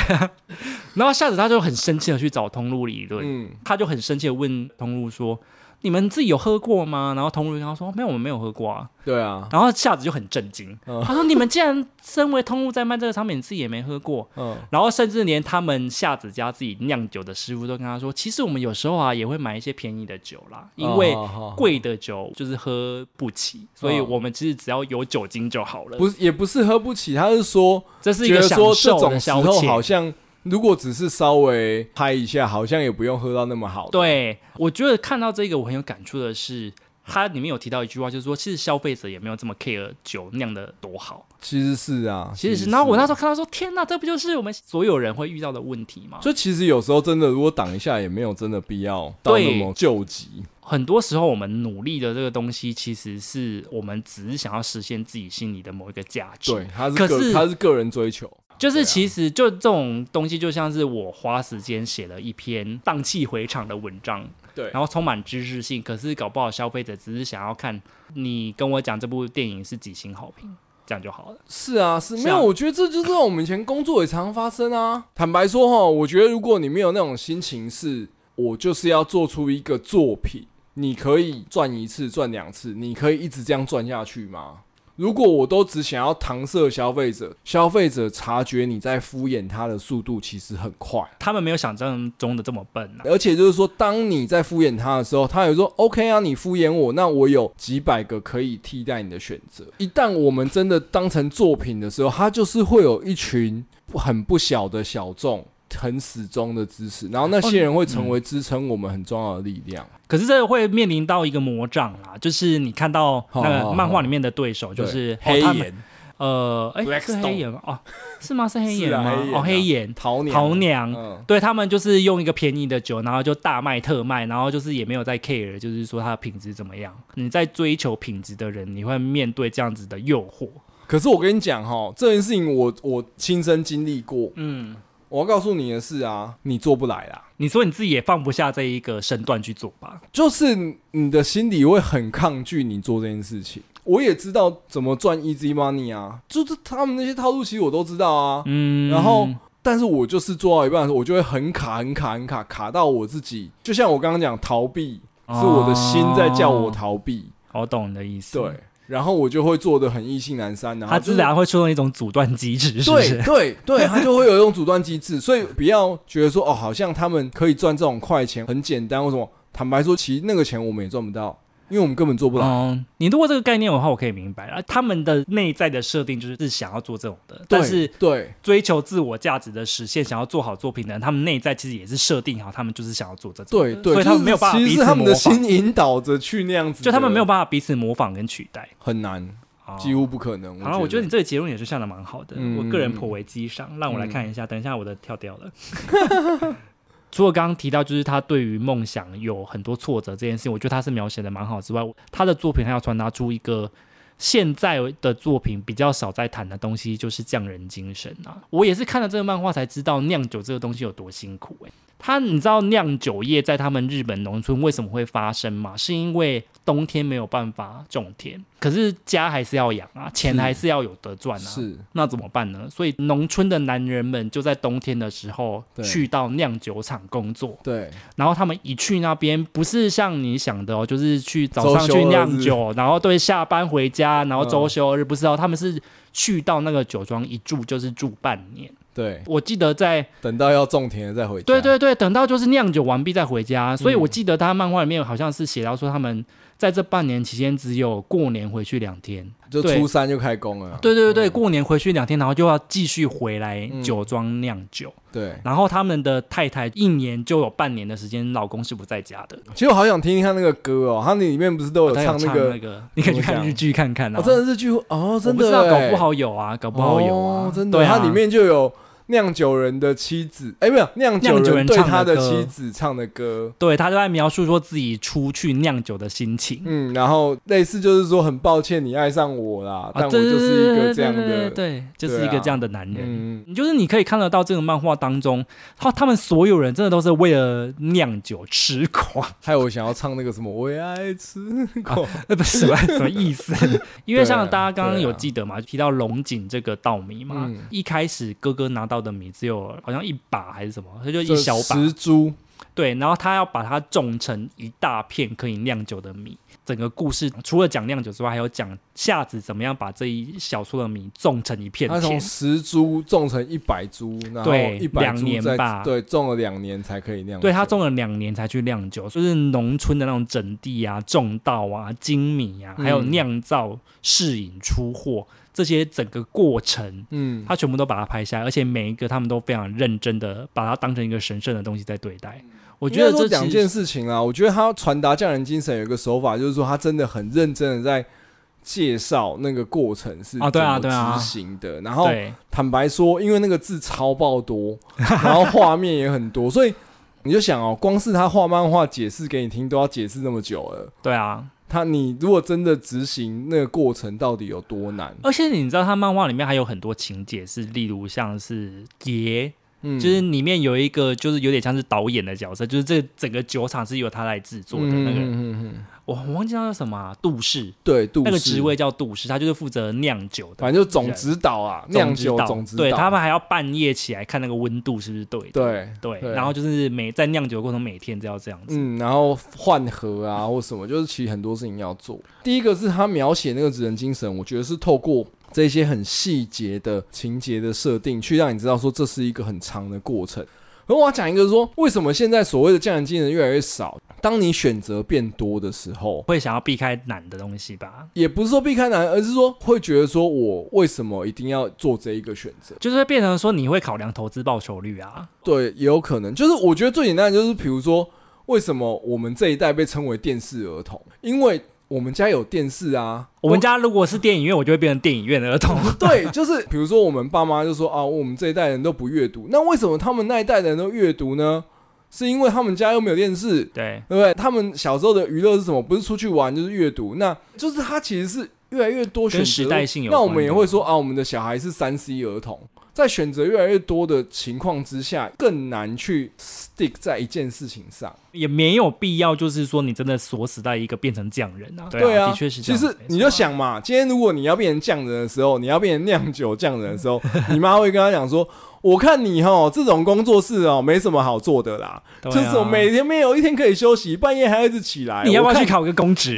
Speaker 1: 然后夏子他就很生气的去找通路理论，
Speaker 2: 嗯，
Speaker 1: 他就很生气的问通路说：“你们自己有喝过吗？”然后通路跟他说：“没有，我们没有喝过啊。”
Speaker 2: 对啊，
Speaker 1: 然后夏子就很震惊，
Speaker 2: 嗯
Speaker 1: 他说：“你们竟然身为通路在卖这个商品，你自己也没喝过。
Speaker 2: 嗯”
Speaker 1: 然后甚至连他们夏子家自己酿酒的师傅都跟他说：“其实我们有时候啊也会买一些便宜的酒啦，因为
Speaker 2: 哦好好
Speaker 1: 贵的酒就是喝不起，所以
Speaker 2: 嗯
Speaker 1: 我们其实只要有酒精就好了。
Speaker 2: 不是也不是喝不起，他是说
Speaker 1: 这是一
Speaker 2: 觉
Speaker 1: 个
Speaker 2: 得
Speaker 1: 享
Speaker 2: 说这
Speaker 1: 受
Speaker 2: 种
Speaker 1: 的
Speaker 2: 时
Speaker 1: 消
Speaker 2: 候好
Speaker 1: 遣。
Speaker 2: 像如果只是稍微嗨一下，好像也不用喝到那么好，，
Speaker 1: 对，我觉得看到这个我很有感触的是。”它里面有提到一句话，就是说，其实消费者也没有这么 care 酒酿的多好，
Speaker 2: 其实是啊，
Speaker 1: 其实是。然后我那时候看到说，天哪，这不就是我们所有人会遇到的问题吗？
Speaker 2: 就其实有时候真的，如果挡一下也没有真的必要到那
Speaker 1: 对
Speaker 2: 么救急，
Speaker 1: 很多时候我们努力的这个东西，其实是我们只是想要实现自己心里的某一个价值。
Speaker 2: 对，，他是
Speaker 1: 可
Speaker 2: 个
Speaker 1: 是
Speaker 2: 他是个人追求，
Speaker 1: 就是其实就这种东西，就像是我花时间写了一篇荡气回肠的文章，
Speaker 2: 对
Speaker 1: 然后充满知识性，可是搞不好消费者只是想要看你跟我讲这部电影是几星好评，这样就好了。
Speaker 2: 是啊，是
Speaker 1: 是
Speaker 2: 没有，
Speaker 1: 啊
Speaker 2: 我觉得这就是我们以前工作也常发生啊。坦白说哈，我觉得如果你没有那种心情是，我就是要做出一个作品，你可以赚一次、赚两次，你可以一直这样赚下去吗？如果我都只想要搪塞消费者，消费者察觉你在敷衍他的速度其实很快，
Speaker 1: 他们没有想象中的这么笨啊。
Speaker 2: 而且就是说，当你在敷衍他的时候，他有说 “OK 啊，你敷衍我，那我有几百个可以替代你的选择”。一旦我们真的当成作品的时候，他就是会有一群很不小的小众。很死忠的支持，然后那些人会成为支撑我们很重要的力量。
Speaker 1: 可是这会面临到一个魔障啦，就是你看到那个漫画里面的对手，就是
Speaker 2: 哦
Speaker 1: 哦
Speaker 2: 对
Speaker 1: 他
Speaker 2: 黑
Speaker 1: 们
Speaker 2: 岩、
Speaker 1: 呃，哎、是
Speaker 2: Blackstone
Speaker 1: 黑岩吗？哦，是吗？是黑岩
Speaker 2: 是啊
Speaker 1: 吗？
Speaker 2: 黑岩啊
Speaker 1: 哦，黑岩。
Speaker 2: 桃娘、
Speaker 1: 桃娘，
Speaker 2: 嗯，
Speaker 1: 对他们就是用一个便宜的酒，然后就大卖特卖，然后就是也没有在 care，就是说它的品质怎么样。你在追求品质的人，你会面对这样子的诱惑。
Speaker 2: 可是我跟你讲哈，这件事情我我亲身经历过。
Speaker 1: 嗯，
Speaker 2: 我要告诉你的是啊，你做不来啦。
Speaker 1: 你说你自己也放不下这一个身段去做吧？
Speaker 2: 就是你的心里会很抗拒你做这件事情。我也知道怎么赚 easy money 啊，就是他们那些套路，其实我都知道啊。
Speaker 1: 嗯，
Speaker 2: 然后，但是我就是做到一半的时候，我就会很卡、很卡、很卡，卡到我自己。就像我刚刚讲，逃避是我的心在叫我
Speaker 1: 哦
Speaker 2: 逃避，
Speaker 1: 我懂你的意思。
Speaker 2: 对，。然后我就会做的很意兴阑珊，然后
Speaker 1: 它
Speaker 2: 就
Speaker 1: 自
Speaker 2: 是
Speaker 1: 然会出现一种阻断机制，是不
Speaker 2: 对
Speaker 1: 是？
Speaker 2: 对对，他就会有一种阻断机制，所以不要觉得说哦，好像他们可以赚这种快钱很简单，为什么？坦白说，其实那个钱我们也赚不到，因为我们根本做不来。
Speaker 1: 嗯，你如果这个概念的话，我可以明白啊。他们的内在的设定就是是想要做这种的，但
Speaker 2: 对
Speaker 1: 是
Speaker 2: 对
Speaker 1: 追求自我价值的实现，想要做好作品的人，他们内在其实也是设定好，他们就是想要做这种。
Speaker 2: 对对，
Speaker 1: 所以他们没有办法
Speaker 2: 就是其
Speaker 1: 彼
Speaker 2: 实
Speaker 1: 此
Speaker 2: 是他们的
Speaker 1: 模仿
Speaker 2: 心引导着去那样子的，
Speaker 1: 就他们没有办法彼此模仿跟取代。
Speaker 2: 很难，
Speaker 1: 哦
Speaker 2: 几乎不可能。
Speaker 1: 好了，我觉得你这个结论也是下的蛮好的，
Speaker 2: 嗯
Speaker 1: 我个人颇为激赏。让我来看一下，等一下我的跳掉了。 除了刚刚提到，就是他对于梦想有很多挫折这件事情，我觉得他是描写的蛮好之外，他的作品还要传达出一个现在的作品比较少在谈的东西，就是匠人精神啊。我也是看了这个漫画才知道酿酒这个东西有多辛苦诶、它你知道酿酒业在他们日本农村为什么会发生吗？是因为冬天没有办法种田，可是家还是要养啊，钱
Speaker 2: 是
Speaker 1: 还是要有得赚啊。
Speaker 2: 是
Speaker 1: 那怎么办呢？所以农村的男人们就在冬天的时候
Speaker 2: 对
Speaker 1: 去到酿酒厂工作，
Speaker 2: 对，
Speaker 1: 然后他们一去那边，不是像你想的哦，就是去早上
Speaker 2: 周休
Speaker 1: 去
Speaker 2: 二
Speaker 1: 酿
Speaker 2: 日
Speaker 1: 酒，然后对下班回家，然后
Speaker 2: 嗯
Speaker 1: 周休二日，不是哦，他们是去到那个酒庄一住就是住半年。
Speaker 2: 对，
Speaker 1: 我记得在
Speaker 2: 等到要种田了再回家。
Speaker 1: 对对对，等到就是酿酒完毕再回家，所以我记得他漫画里面好像是写到说他们在这半年期间只有过年回去两天。哦
Speaker 2: 就
Speaker 1: 对
Speaker 2: 初三就开工了。
Speaker 1: 对对对，过年回去两天，然后就要继续回来酒庄酿酒。
Speaker 2: 对，
Speaker 1: 然后他们的太太一年就有半年的时间，老公是不在家的。
Speaker 2: 其实我好想听听他那个歌哦，他那里面不是都有
Speaker 1: 他有
Speaker 2: 唱那
Speaker 1: 唱
Speaker 2: 个
Speaker 1: 那？个，你可以去看日剧看看啊。
Speaker 2: 哦，真的是句哦，
Speaker 1: 我
Speaker 2: 真
Speaker 1: 不知
Speaker 2: 的
Speaker 1: 道，
Speaker 2: 欸
Speaker 1: 搞不好有啊，搞不好有啊，
Speaker 2: 哦真的，
Speaker 1: 对啊，
Speaker 2: 它里面就有酿酒人的妻子，哎，没有酿酒
Speaker 1: 酿酒人
Speaker 2: 对
Speaker 1: 唱的
Speaker 2: 他的
Speaker 1: 歌
Speaker 2: 妻子唱的歌。
Speaker 1: 对他就在描述说自己出去酿酒的心情。
Speaker 2: 嗯，然后类似就是说很抱歉你爱上我啦，啊但我就是一个这样
Speaker 1: 啊对对对对
Speaker 2: 的，
Speaker 1: 对，就是一
Speaker 2: 对
Speaker 1: 个
Speaker 2: 啊
Speaker 1: 这样的男人。
Speaker 2: 嗯，
Speaker 1: 你就是你可以看得到这个漫画当中，他他们所有人真的都是为了酿酒痴狂，
Speaker 2: 还有我想要唱那个什么我也爱吃过，
Speaker 1: 呃，不是什么什么意 思？因为像
Speaker 2: 对啊
Speaker 1: 大家刚刚
Speaker 2: 对啊
Speaker 1: 有记得嘛，提到龙井这个稻米嘛，
Speaker 2: 嗯
Speaker 1: 一开始哥哥拿到的米只有好像一把还是什么，他就
Speaker 2: 就
Speaker 1: 一小把，
Speaker 2: 十株，
Speaker 1: 对，然后他要把它种成一大片可以酿酒的米。整个故事除了讲酿酒之外，还有讲夏子怎么样把这一小撮的米种成一片
Speaker 2: 他从
Speaker 1: 田。
Speaker 2: 十株种成一百株，然后
Speaker 1: 对
Speaker 2: 一百
Speaker 1: 两
Speaker 2: 株
Speaker 1: 年
Speaker 2: 再
Speaker 1: 吧
Speaker 2: 对种了两年才可以酿酒，
Speaker 1: 对他种了两年才去酿酒，就是农村的那种整地啊、种稻啊、精米啊，还有
Speaker 2: 嗯
Speaker 1: 酿造、试饮、出货这些整个过程，
Speaker 2: 嗯，
Speaker 1: 他全部都把它拍下来，而且每一个他们都非常认真的把它当成一个神圣的东西在对待。我觉得
Speaker 2: 嗯
Speaker 1: 这
Speaker 2: 应该说
Speaker 1: 其
Speaker 2: 两
Speaker 1: 实
Speaker 2: 件事情啊，我觉得他传达匠人精神有一个手法，就是说他真的很认真的在介绍那个过程是
Speaker 1: 啊对啊
Speaker 2: 怎
Speaker 1: 对啊
Speaker 2: 么执行的。然后
Speaker 1: 对
Speaker 2: 坦白说，因为那个字超爆多，然后画面也很多，所以你就想哦，光是他画漫画解释给你听，都要解释那么久了。
Speaker 1: 对啊，
Speaker 2: 他你如果真的执行那个过程，到底有多难？
Speaker 1: 而且你知道，他漫画里面还有很多情节是，例如像是爷，
Speaker 2: 嗯，
Speaker 1: 就是里面有一个就是有点像是导演的角色，就是这整个酒厂是由他来制作的
Speaker 2: 嗯
Speaker 1: 那个人，
Speaker 2: 嗯嗯嗯嗯
Speaker 1: 我我忘记他叫什么啊、杜氏，
Speaker 2: 对，杜
Speaker 1: 那个
Speaker 2: 氏
Speaker 1: 职，位叫杜氏，他就是负责酿酒的，
Speaker 2: 反正就总指导啊，酿酒总指导，
Speaker 1: 对他们还要半夜起来看那个温度是不是对的，
Speaker 2: 对对
Speaker 1: 然后就是每在酿酒的过程每天都要这样子，
Speaker 2: 嗯，然后换核啊或什么，就是其实很多事情要做。第一个是他描写那个职人精神，我觉得是透过这些很细节的情节的设定，去让你知道说这是一个很长的过程。而我要讲一个说，为什么现在所谓的匠人精神越来越少？当你选择变多的时候，
Speaker 1: 会想要避开难的东西吧。
Speaker 2: 也不是说避开难，而是说会觉得说我为什么一定要做这一个选择？
Speaker 1: 就是会变成说你会考量投资报酬率啊，
Speaker 2: 对，也有可能。就是我觉得最简单的就是，比如说，为什么我们这一代被称为电视儿童？因为我们家有电视啊。
Speaker 1: 我们家如果是电影院，我就会变成电影院的儿童。
Speaker 2: 对，就是比如说，我们爸妈就说啊，我们这一代人都不阅读。那为什么他们那一代人都阅读呢？是因为他们家又没有电视，
Speaker 1: 对，
Speaker 2: 对不对？他们小时候的娱乐是什么？不是出去玩，就是阅读。那就是他其实是越来越多选
Speaker 1: 跟
Speaker 2: 择
Speaker 1: 时代性有
Speaker 2: 那
Speaker 1: 关
Speaker 2: 我
Speaker 1: 的
Speaker 2: 们也会说啊，我们的小孩是三 C 儿童，在选择越来越多的情况之下，更难去 stick 在一件事情上。
Speaker 1: 也没有必要，就是说你真的锁死在一个变成这样人啊。
Speaker 2: 对
Speaker 1: 啊，
Speaker 2: 啊，
Speaker 1: 的确是这
Speaker 2: 其
Speaker 1: 样子。
Speaker 2: 实
Speaker 1: 没错啊
Speaker 2: 你就，想嘛，今天如果你要变成匠人的时候，你要变成酿酒匠人的时候，你妈会跟他讲说：“ 我看你哈这种工作室哦，没什么好做的啦，
Speaker 1: 对啊
Speaker 2: 就是我每天没有一天可以休息，半夜还要一直起来。”
Speaker 1: 你要不
Speaker 2: 我
Speaker 1: 要
Speaker 2: 看
Speaker 1: 去考个公职？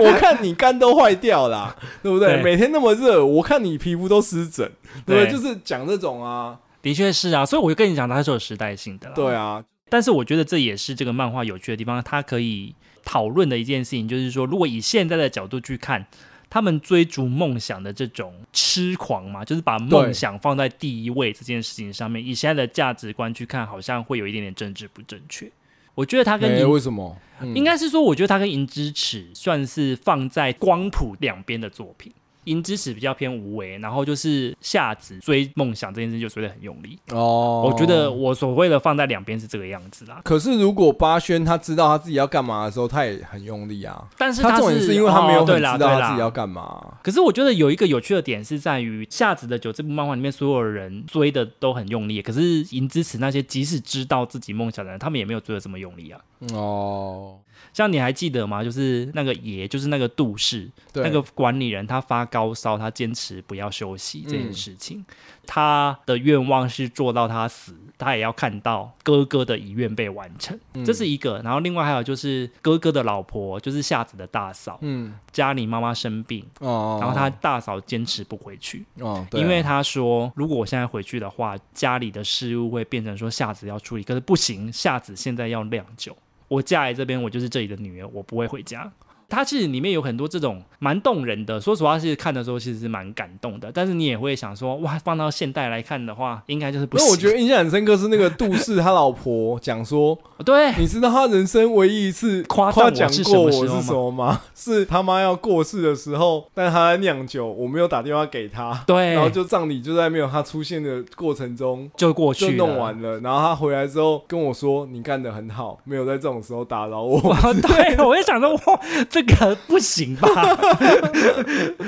Speaker 2: 我看你肝都坏 掉啦，对不对？
Speaker 1: 对
Speaker 2: 每天那么热，我看你皮肤都湿疹，对不对？
Speaker 1: 对
Speaker 2: 就是讲这种啊，
Speaker 1: 的确是啊，所以我就跟你讲，它是有时代性的啦。
Speaker 2: 对，啊，
Speaker 1: 但是我觉得这也是这个漫画有趣的地方，它可以讨论的一件事情，就是说，如果以现在的角度去看。他们追逐梦想的这种痴狂嘛，就是把梦
Speaker 2: 对
Speaker 1: 想放在第一位这件事情上面，以现在的价值观去看，好像会有一点点政治不正确。我觉得它跟
Speaker 2: 哎、
Speaker 1: 银
Speaker 2: 为什么？嗯
Speaker 1: 应该是说，我觉得它跟《银之匙》算是放在光谱两边的作品。银之匙比较偏无为，然后就是下指追梦想这件事就追得很用力。
Speaker 2: 哦
Speaker 1: 我觉得我所谓的放在两边是这个样子啦，
Speaker 2: 可是如果八轩他知道他自己要干嘛的时候，他也很用力啊。
Speaker 1: 但是
Speaker 2: 他重点
Speaker 1: 是
Speaker 2: 是因为他没
Speaker 1: 哦、
Speaker 2: 有很
Speaker 1: 对
Speaker 2: 知
Speaker 1: 啦
Speaker 2: 道
Speaker 1: 对
Speaker 2: 他
Speaker 1: 啦
Speaker 2: 自己要干嘛。
Speaker 1: 可是我觉得有一个有趣的点是在于《夏子的酒》这部漫画里面，所有人追的都很用力，可是银之匙那些即使知道自己梦想的人，他们也没有追的这么用力啊。
Speaker 2: 哦，
Speaker 1: 像你还记得吗？就是那个爷，就是那个杜氏，
Speaker 2: 哦对，
Speaker 1: 那个管理人，他发高烧，他坚持不要休息这件事情，他的愿望是做到他死，他也要看到哥哥的遗愿被完成，
Speaker 2: 嗯
Speaker 1: 这是一个。然后另外还有就是哥哥的老婆，就是夏子的大嫂，
Speaker 2: 嗯
Speaker 1: 家里妈妈生病，
Speaker 2: 哦，
Speaker 1: 然后他大嫂坚持不回去。
Speaker 2: 哦，对啊
Speaker 1: 因为他说，如果我现在回去的话，家里的事务会变成说夏子要处理，可是不行，夏子现在要酿酒。我嫁来这边，我就是这里的女儿，我不会回家。它其实里面有很多这种蛮动人的，说实话是看的时候其实是蛮感动的，但是你也会想说，哇，放到现代来看的话，应该就是不行。
Speaker 2: 那我觉得印象很深刻是那个杜氏他老婆讲说，
Speaker 1: 得对，
Speaker 2: 你知道他人生唯一一次
Speaker 1: 夸赞
Speaker 2: 夸
Speaker 1: 我
Speaker 2: 奖
Speaker 1: 是什
Speaker 2: 过
Speaker 1: 么时候
Speaker 2: 我是
Speaker 1: 吗
Speaker 2: 什么吗？ 是他妈要过世的时候，但他在酿酒，我没有打电话给他，
Speaker 1: 对，
Speaker 2: 然后就葬礼就在没有他出现的过程中
Speaker 1: 就过去
Speaker 2: 就弄
Speaker 1: 了
Speaker 2: 完了。然后他回来之后跟我说：“你干得很好，没有在这种时候打扰我。
Speaker 1: 哇，对，我就想说，哇，这个不行吧？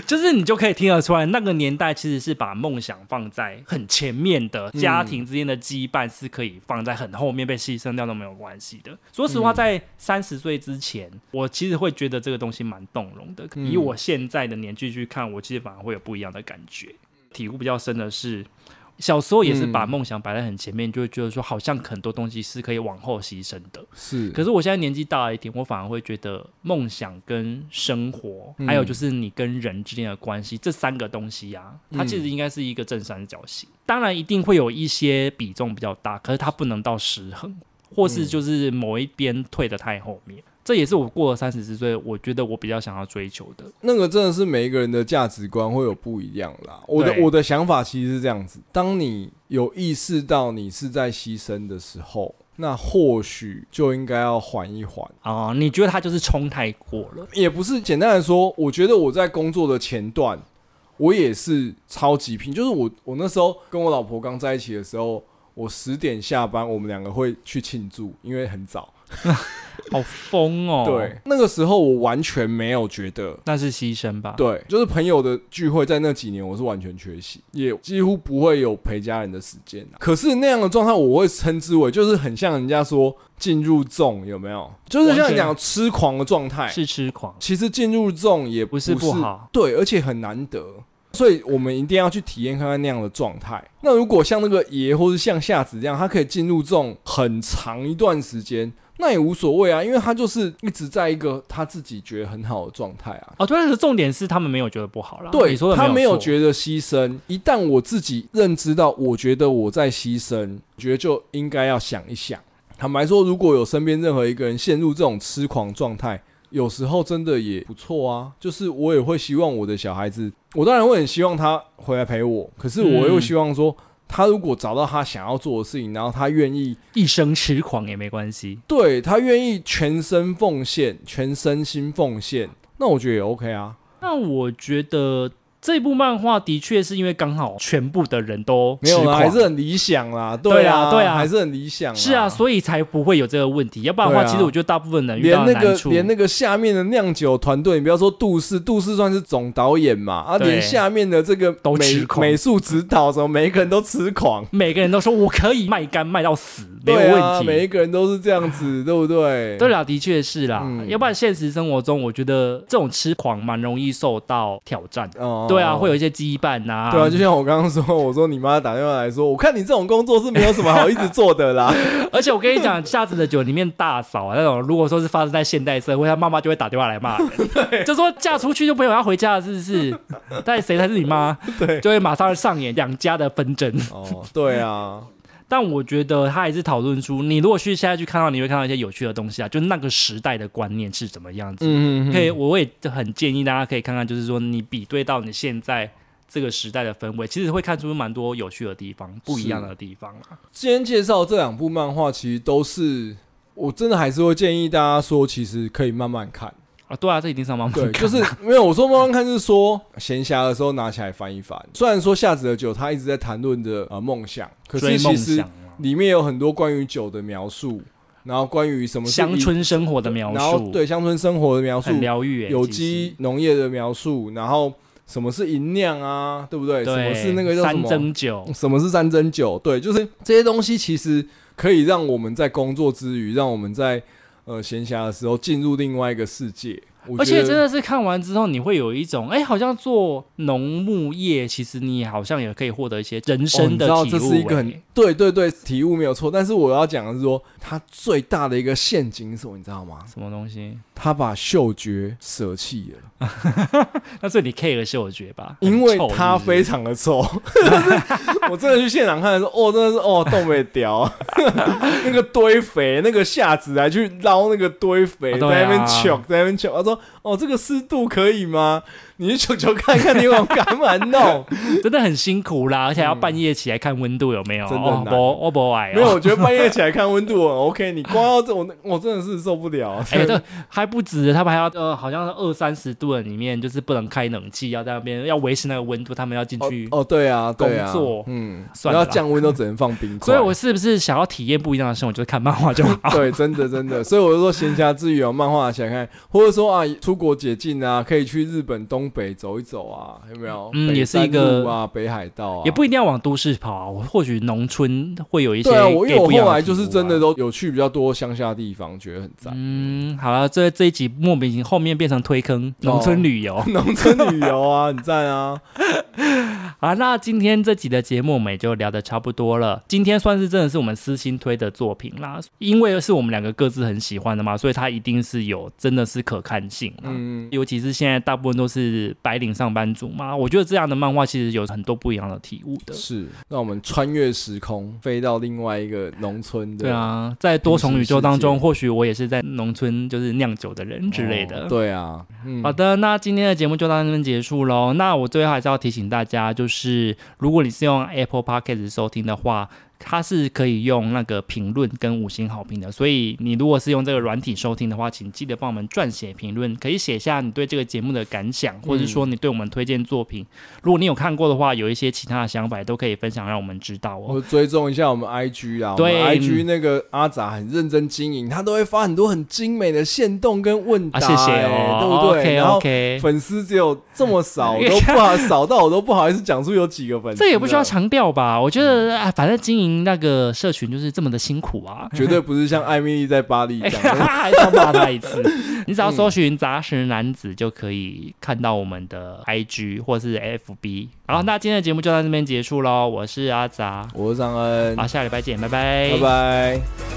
Speaker 1: 就是你就可以听得出来，那个年代其实是把梦想放在很前面的，
Speaker 2: 嗯
Speaker 1: 家庭之间的羁绊是可以放在很后面被牺牲掉都没有关系的。说实话，
Speaker 2: 嗯
Speaker 1: 在三十岁之前，我其实会觉得这个东西蛮动容的。
Speaker 2: 嗯
Speaker 1: 以我现在的年纪去看，我其实反而会有不一样的感觉。体悟比较深的是。小时候也是把
Speaker 2: 嗯
Speaker 1: 梦想摆在很前面，就会觉得说好像很多东西是可以往后牺牲的。”
Speaker 2: 是
Speaker 1: 可是我现在年纪大了一点，我反而会觉得梦想跟生活，
Speaker 2: 嗯
Speaker 1: 还有就是你跟人之间的关系，这三个东西啊，
Speaker 2: 嗯
Speaker 1: 它其实应该是一个正三角形。当然一定会有一些比重比较大，可是它不能到失衡，
Speaker 2: 嗯
Speaker 1: 或是就是某一边退得太后面。这也是我过了三十岁，我觉得我比较想要追求的。
Speaker 2: 那个真的是每一个人的价值观会有不一样啦。我的
Speaker 1: 对
Speaker 2: 我的想法其实是这样子：当你有意识到你是在牺牲的时候，那或许就应该要缓一缓。
Speaker 1: 哦，你觉得它就是冲太过了？
Speaker 2: 也不是简单的说，我觉得我在工作的前段，我也是超级拼。就是我我那时候跟我老婆刚在一起的时候，我十点下班，我们两个会去庆祝，因为很早。
Speaker 1: 好疯哦！，
Speaker 2: 对，那个时候我完全没有觉得
Speaker 1: 那是牺牲吧？
Speaker 2: 对，就是朋友的聚会，在那几年我是完全缺席，也几乎不会有陪家人的时间、啊、可是那样的状态，我会称之为就是很像人家说进入重，有没有？就是像你讲
Speaker 1: 完
Speaker 2: 痴狂的状态。
Speaker 1: 是痴狂，
Speaker 2: 其实进入重也
Speaker 1: 不
Speaker 2: 是
Speaker 1: 是不好。
Speaker 2: 对，而且很难得。所以我们一定要去体验看看那样的状态。那如果像那个爷，或是像夏子这样，他可以进入这种很长一段时间，那也无所谓啊，因为他就是一直在一个他自己觉得很好的状态啊。
Speaker 1: 哦，对，可是重点是他们没有觉得不好啦。
Speaker 2: 对
Speaker 1: 啊你说，的
Speaker 2: 他没有
Speaker 1: 错
Speaker 2: 觉得牺牲。一旦我自己认知到，我觉得我在牺牲，我觉得就应该要想一想。坦白说，如果有身边任何一个人陷入这种痴狂状态，有时候真的也不错啊。就是我也会希望我的小孩子，我当然会很希望他回来陪我，可是我又
Speaker 1: 嗯
Speaker 2: 希望说，他如果找到他想要做的事情，然后他愿意
Speaker 1: 一生痴狂也没关系。
Speaker 2: 对他愿意全身奉献、全身心奉献，那我觉得也 OK 啊。
Speaker 1: 那我觉得这部漫画的确是因为刚好全部的人都
Speaker 2: 没有
Speaker 1: 痴
Speaker 2: 啦，
Speaker 1: 狂
Speaker 2: 还是很理想啦，
Speaker 1: 对
Speaker 2: 啊，
Speaker 1: 啊对啊
Speaker 2: 还是很理想。
Speaker 1: 是啊，所以才不会有这个问题。要不然的话，
Speaker 2: 对啊
Speaker 1: 其实我觉得大部分人遇
Speaker 2: 连
Speaker 1: 到的
Speaker 2: 那个
Speaker 1: 难处，
Speaker 2: 连那个下面的酿酒团队，你不要说杜氏，杜氏算是总导演嘛，啊，
Speaker 1: 对
Speaker 2: 连下面的这个
Speaker 1: 都
Speaker 2: 美
Speaker 1: 痴狂
Speaker 2: 美术指导什么，每一个人都痴狂，
Speaker 1: 每个人都说我可以卖干卖到死，没有
Speaker 2: 对
Speaker 1: 问
Speaker 2: 啊，
Speaker 1: 题。
Speaker 2: 每一个人都是这样 子，对不对？
Speaker 1: 对啦，的确是啦。
Speaker 2: 嗯
Speaker 1: 要不然现实生活中，我觉得这种痴狂蛮容易受到挑战的。
Speaker 2: 哦
Speaker 1: 对啊，会有。一些羁绊呐、
Speaker 2: 对啊，就像我刚刚说，我说你妈打电话来说，我看你这种工作是没有什么好一直做的 啦。
Speaker 1: 而且我跟你讲，夏子的酒里面大嫂啊那种，如果说是发生在现代社会，她妈妈就会打电话来骂人，就说嫁出去就不用要回家了，是不是？但谁才是你妈？
Speaker 2: 对，
Speaker 1: 就会马上上演两家的纷争。
Speaker 2: 哦，对啊，
Speaker 1: 但我觉得他还是讨论出，你如果去现在去看到，你会看到一些有趣的东西啊，就那个时代的观念是怎么样子。
Speaker 2: 嗯，
Speaker 1: 可以，我也很建议大家可以看看，就是说你比对到你现在这个时代的氛围，其实会看出蛮多有趣的地方，不一样的地方啊。
Speaker 2: 今天介绍这两 部漫画，其实都是我真的还是会建议大家说，其实可以慢慢看。
Speaker 1: 啊，对啊，这一定是要慢慢
Speaker 2: 对，
Speaker 1: 看
Speaker 2: 就是没有我说慢慢看，是说闲暇的时候拿起来翻一
Speaker 1: 嗯
Speaker 2: 翻。虽然说夏子的酒他一直在谈论着呃梦想，可
Speaker 1: 追
Speaker 2: 是
Speaker 1: 梦
Speaker 2: 其实
Speaker 1: 想啊嘛
Speaker 2: 里面有很多关于酒的描述，然后关于什么是
Speaker 1: 乡
Speaker 2: 以
Speaker 1: 村生活的描
Speaker 2: 然后
Speaker 1: 述，，
Speaker 2: 对乡村生活的描述
Speaker 1: 很，疗愈欸，
Speaker 2: 有
Speaker 1: 其实
Speaker 2: 机农业的描述，然后什么是银酿啊，对不对？什么
Speaker 1: 对，
Speaker 2: 是那个叫什
Speaker 1: 三
Speaker 2: 么？
Speaker 1: 蒸酒，
Speaker 2: 什么是三蒸酒？对，就是这些东西，其实可以让我们在工作之余，让我们在呃闲暇的时候进入另外一个世界。我
Speaker 1: 而
Speaker 2: 觉
Speaker 1: 且
Speaker 2: 得
Speaker 1: 真的是看完之后，你会有一种哎、好像做农牧业，其实你好像也可以获得一些人
Speaker 2: 哦
Speaker 1: 生
Speaker 2: 你
Speaker 1: 的
Speaker 2: 知
Speaker 1: 体悟、
Speaker 2: 道这是一个很
Speaker 1: 哎
Speaker 2: 对对对体悟没有错，但是我要讲的是说，它最大的一个陷阱是什么？你知道吗？
Speaker 1: 什么东西？
Speaker 2: 他把嗅觉舍弃了，
Speaker 1: 那所以你 care 嗅觉吧，
Speaker 2: 因为
Speaker 1: 它
Speaker 2: 它非常的臭。 就是我真的去现场看的时候，哦，真的是哦，东北屌， 那个堆肥，那个夏子还去捞那个堆肥，
Speaker 1: 啊对啊
Speaker 2: 在那边求，在那边求。他说：“哦，这个湿度可以吗？你去求求看看，你有敢不敢 弄？”
Speaker 1: 真的很辛苦啦，而且还要半夜起来看温度有没有，
Speaker 2: 嗯真的
Speaker 1: 哦
Speaker 2: 很难
Speaker 1: 我我不爱、哦，
Speaker 2: 没有， 我觉得半夜起来看温度很 OK。你光要这，我我真的是受不了。哦
Speaker 1: 哎、这还不止，他们还要呃，好像是二三十度的里面，就是不能开冷气，要在那边要维持那个温度，他们要进去。
Speaker 2: 哦，对啊，对啊，
Speaker 1: 工作
Speaker 2: 嗯，
Speaker 1: 算了
Speaker 2: 要
Speaker 1: 啦
Speaker 2: 降温都只能放冰 块。
Speaker 1: 所以，我是不是想要体验不一样的生活，就是看漫画 就好？
Speaker 2: 对，真的真的，所以我就说闲暇之余哦，漫画想看，或者说啊，出国解禁啊，可以去日本东北走一走啊，有没有？
Speaker 1: 嗯
Speaker 2: 北
Speaker 1: 也是一个
Speaker 2: 山路啊，北海道啊，
Speaker 1: 也不一定要往都市跑啊，我或许农村会有一些
Speaker 2: 对啊。我因为
Speaker 1: gay
Speaker 2: 我
Speaker 1: 不一样
Speaker 2: 后来
Speaker 1: 体
Speaker 2: 就是
Speaker 1: 悟啊
Speaker 2: 真的。都有去比较多乡下地方，觉得很赞。
Speaker 1: 嗯，好了，这这一集莫名其后面变成推坑农村旅 游、
Speaker 2: 农村旅游啊，很赞 啊！
Speaker 1: 啊。那今天这集的节目我们也就聊得差不多了。今天算是真的是我们私心推的作品啦，因为是我们两个各自很喜欢的嘛，所以它一定是有真的是可看性啦。
Speaker 2: 嗯，
Speaker 1: 尤其是现在大部分都是白领上班族嘛，我觉得这样的漫画其实有很多不一样的体悟的。
Speaker 2: 是，让我们穿越时空，飞到另外一个农村的
Speaker 1: 对啊，在多重宇宙当
Speaker 2: 平行世
Speaker 1: 中，
Speaker 2: 界
Speaker 1: 或许我也是在农村就是酿酒的人之类的。
Speaker 2: 哦对啊，嗯，
Speaker 1: 好的，那今天的节目就到这边结束喽。那我最后还是要提醒大家，就是如果你是用 Apple Podcast 收听的话，它是可以用那个评论跟五星好评的。所以你如果是用这个软体收听的话，请记得帮我们撰写评论，可以写下你对这个节目的感想，或者说
Speaker 2: 嗯
Speaker 1: 你对我们推荐作品。如果你有看过的话，有一些其他的想法也都可以分享，让我们知道哦。
Speaker 2: 我追踪一下我们 IG 啊，我们
Speaker 1: 对嗯
Speaker 2: IG 那个阿杂很认真经营，他都会发很多很精美的线动跟问答、
Speaker 1: 啊，谢谢
Speaker 2: 哎
Speaker 1: 哦，
Speaker 2: 对不对？
Speaker 1: OK
Speaker 2: 然后
Speaker 1: OK，
Speaker 2: 粉丝只有这么少，我
Speaker 1: 哎
Speaker 2: 都不好少到我都不好意思讲出有几个粉丝，
Speaker 1: 这也不需要，强调吧？我觉得啊，反正经营那个社群就是这么的辛苦啊。
Speaker 2: 绝对不是像艾米丽在巴黎
Speaker 1: 哎
Speaker 2: 讲
Speaker 1: 哈
Speaker 2: 的。
Speaker 1: 哈， 还想骂他一 次。你只要搜寻“杂食男子”就可以看到我们的 IG 或是 FB。好，那今天的节目就到这边结束喽。我是阿杂，
Speaker 2: 我是张恩，
Speaker 1: 好，下礼拜见，拜
Speaker 2: 拜拜。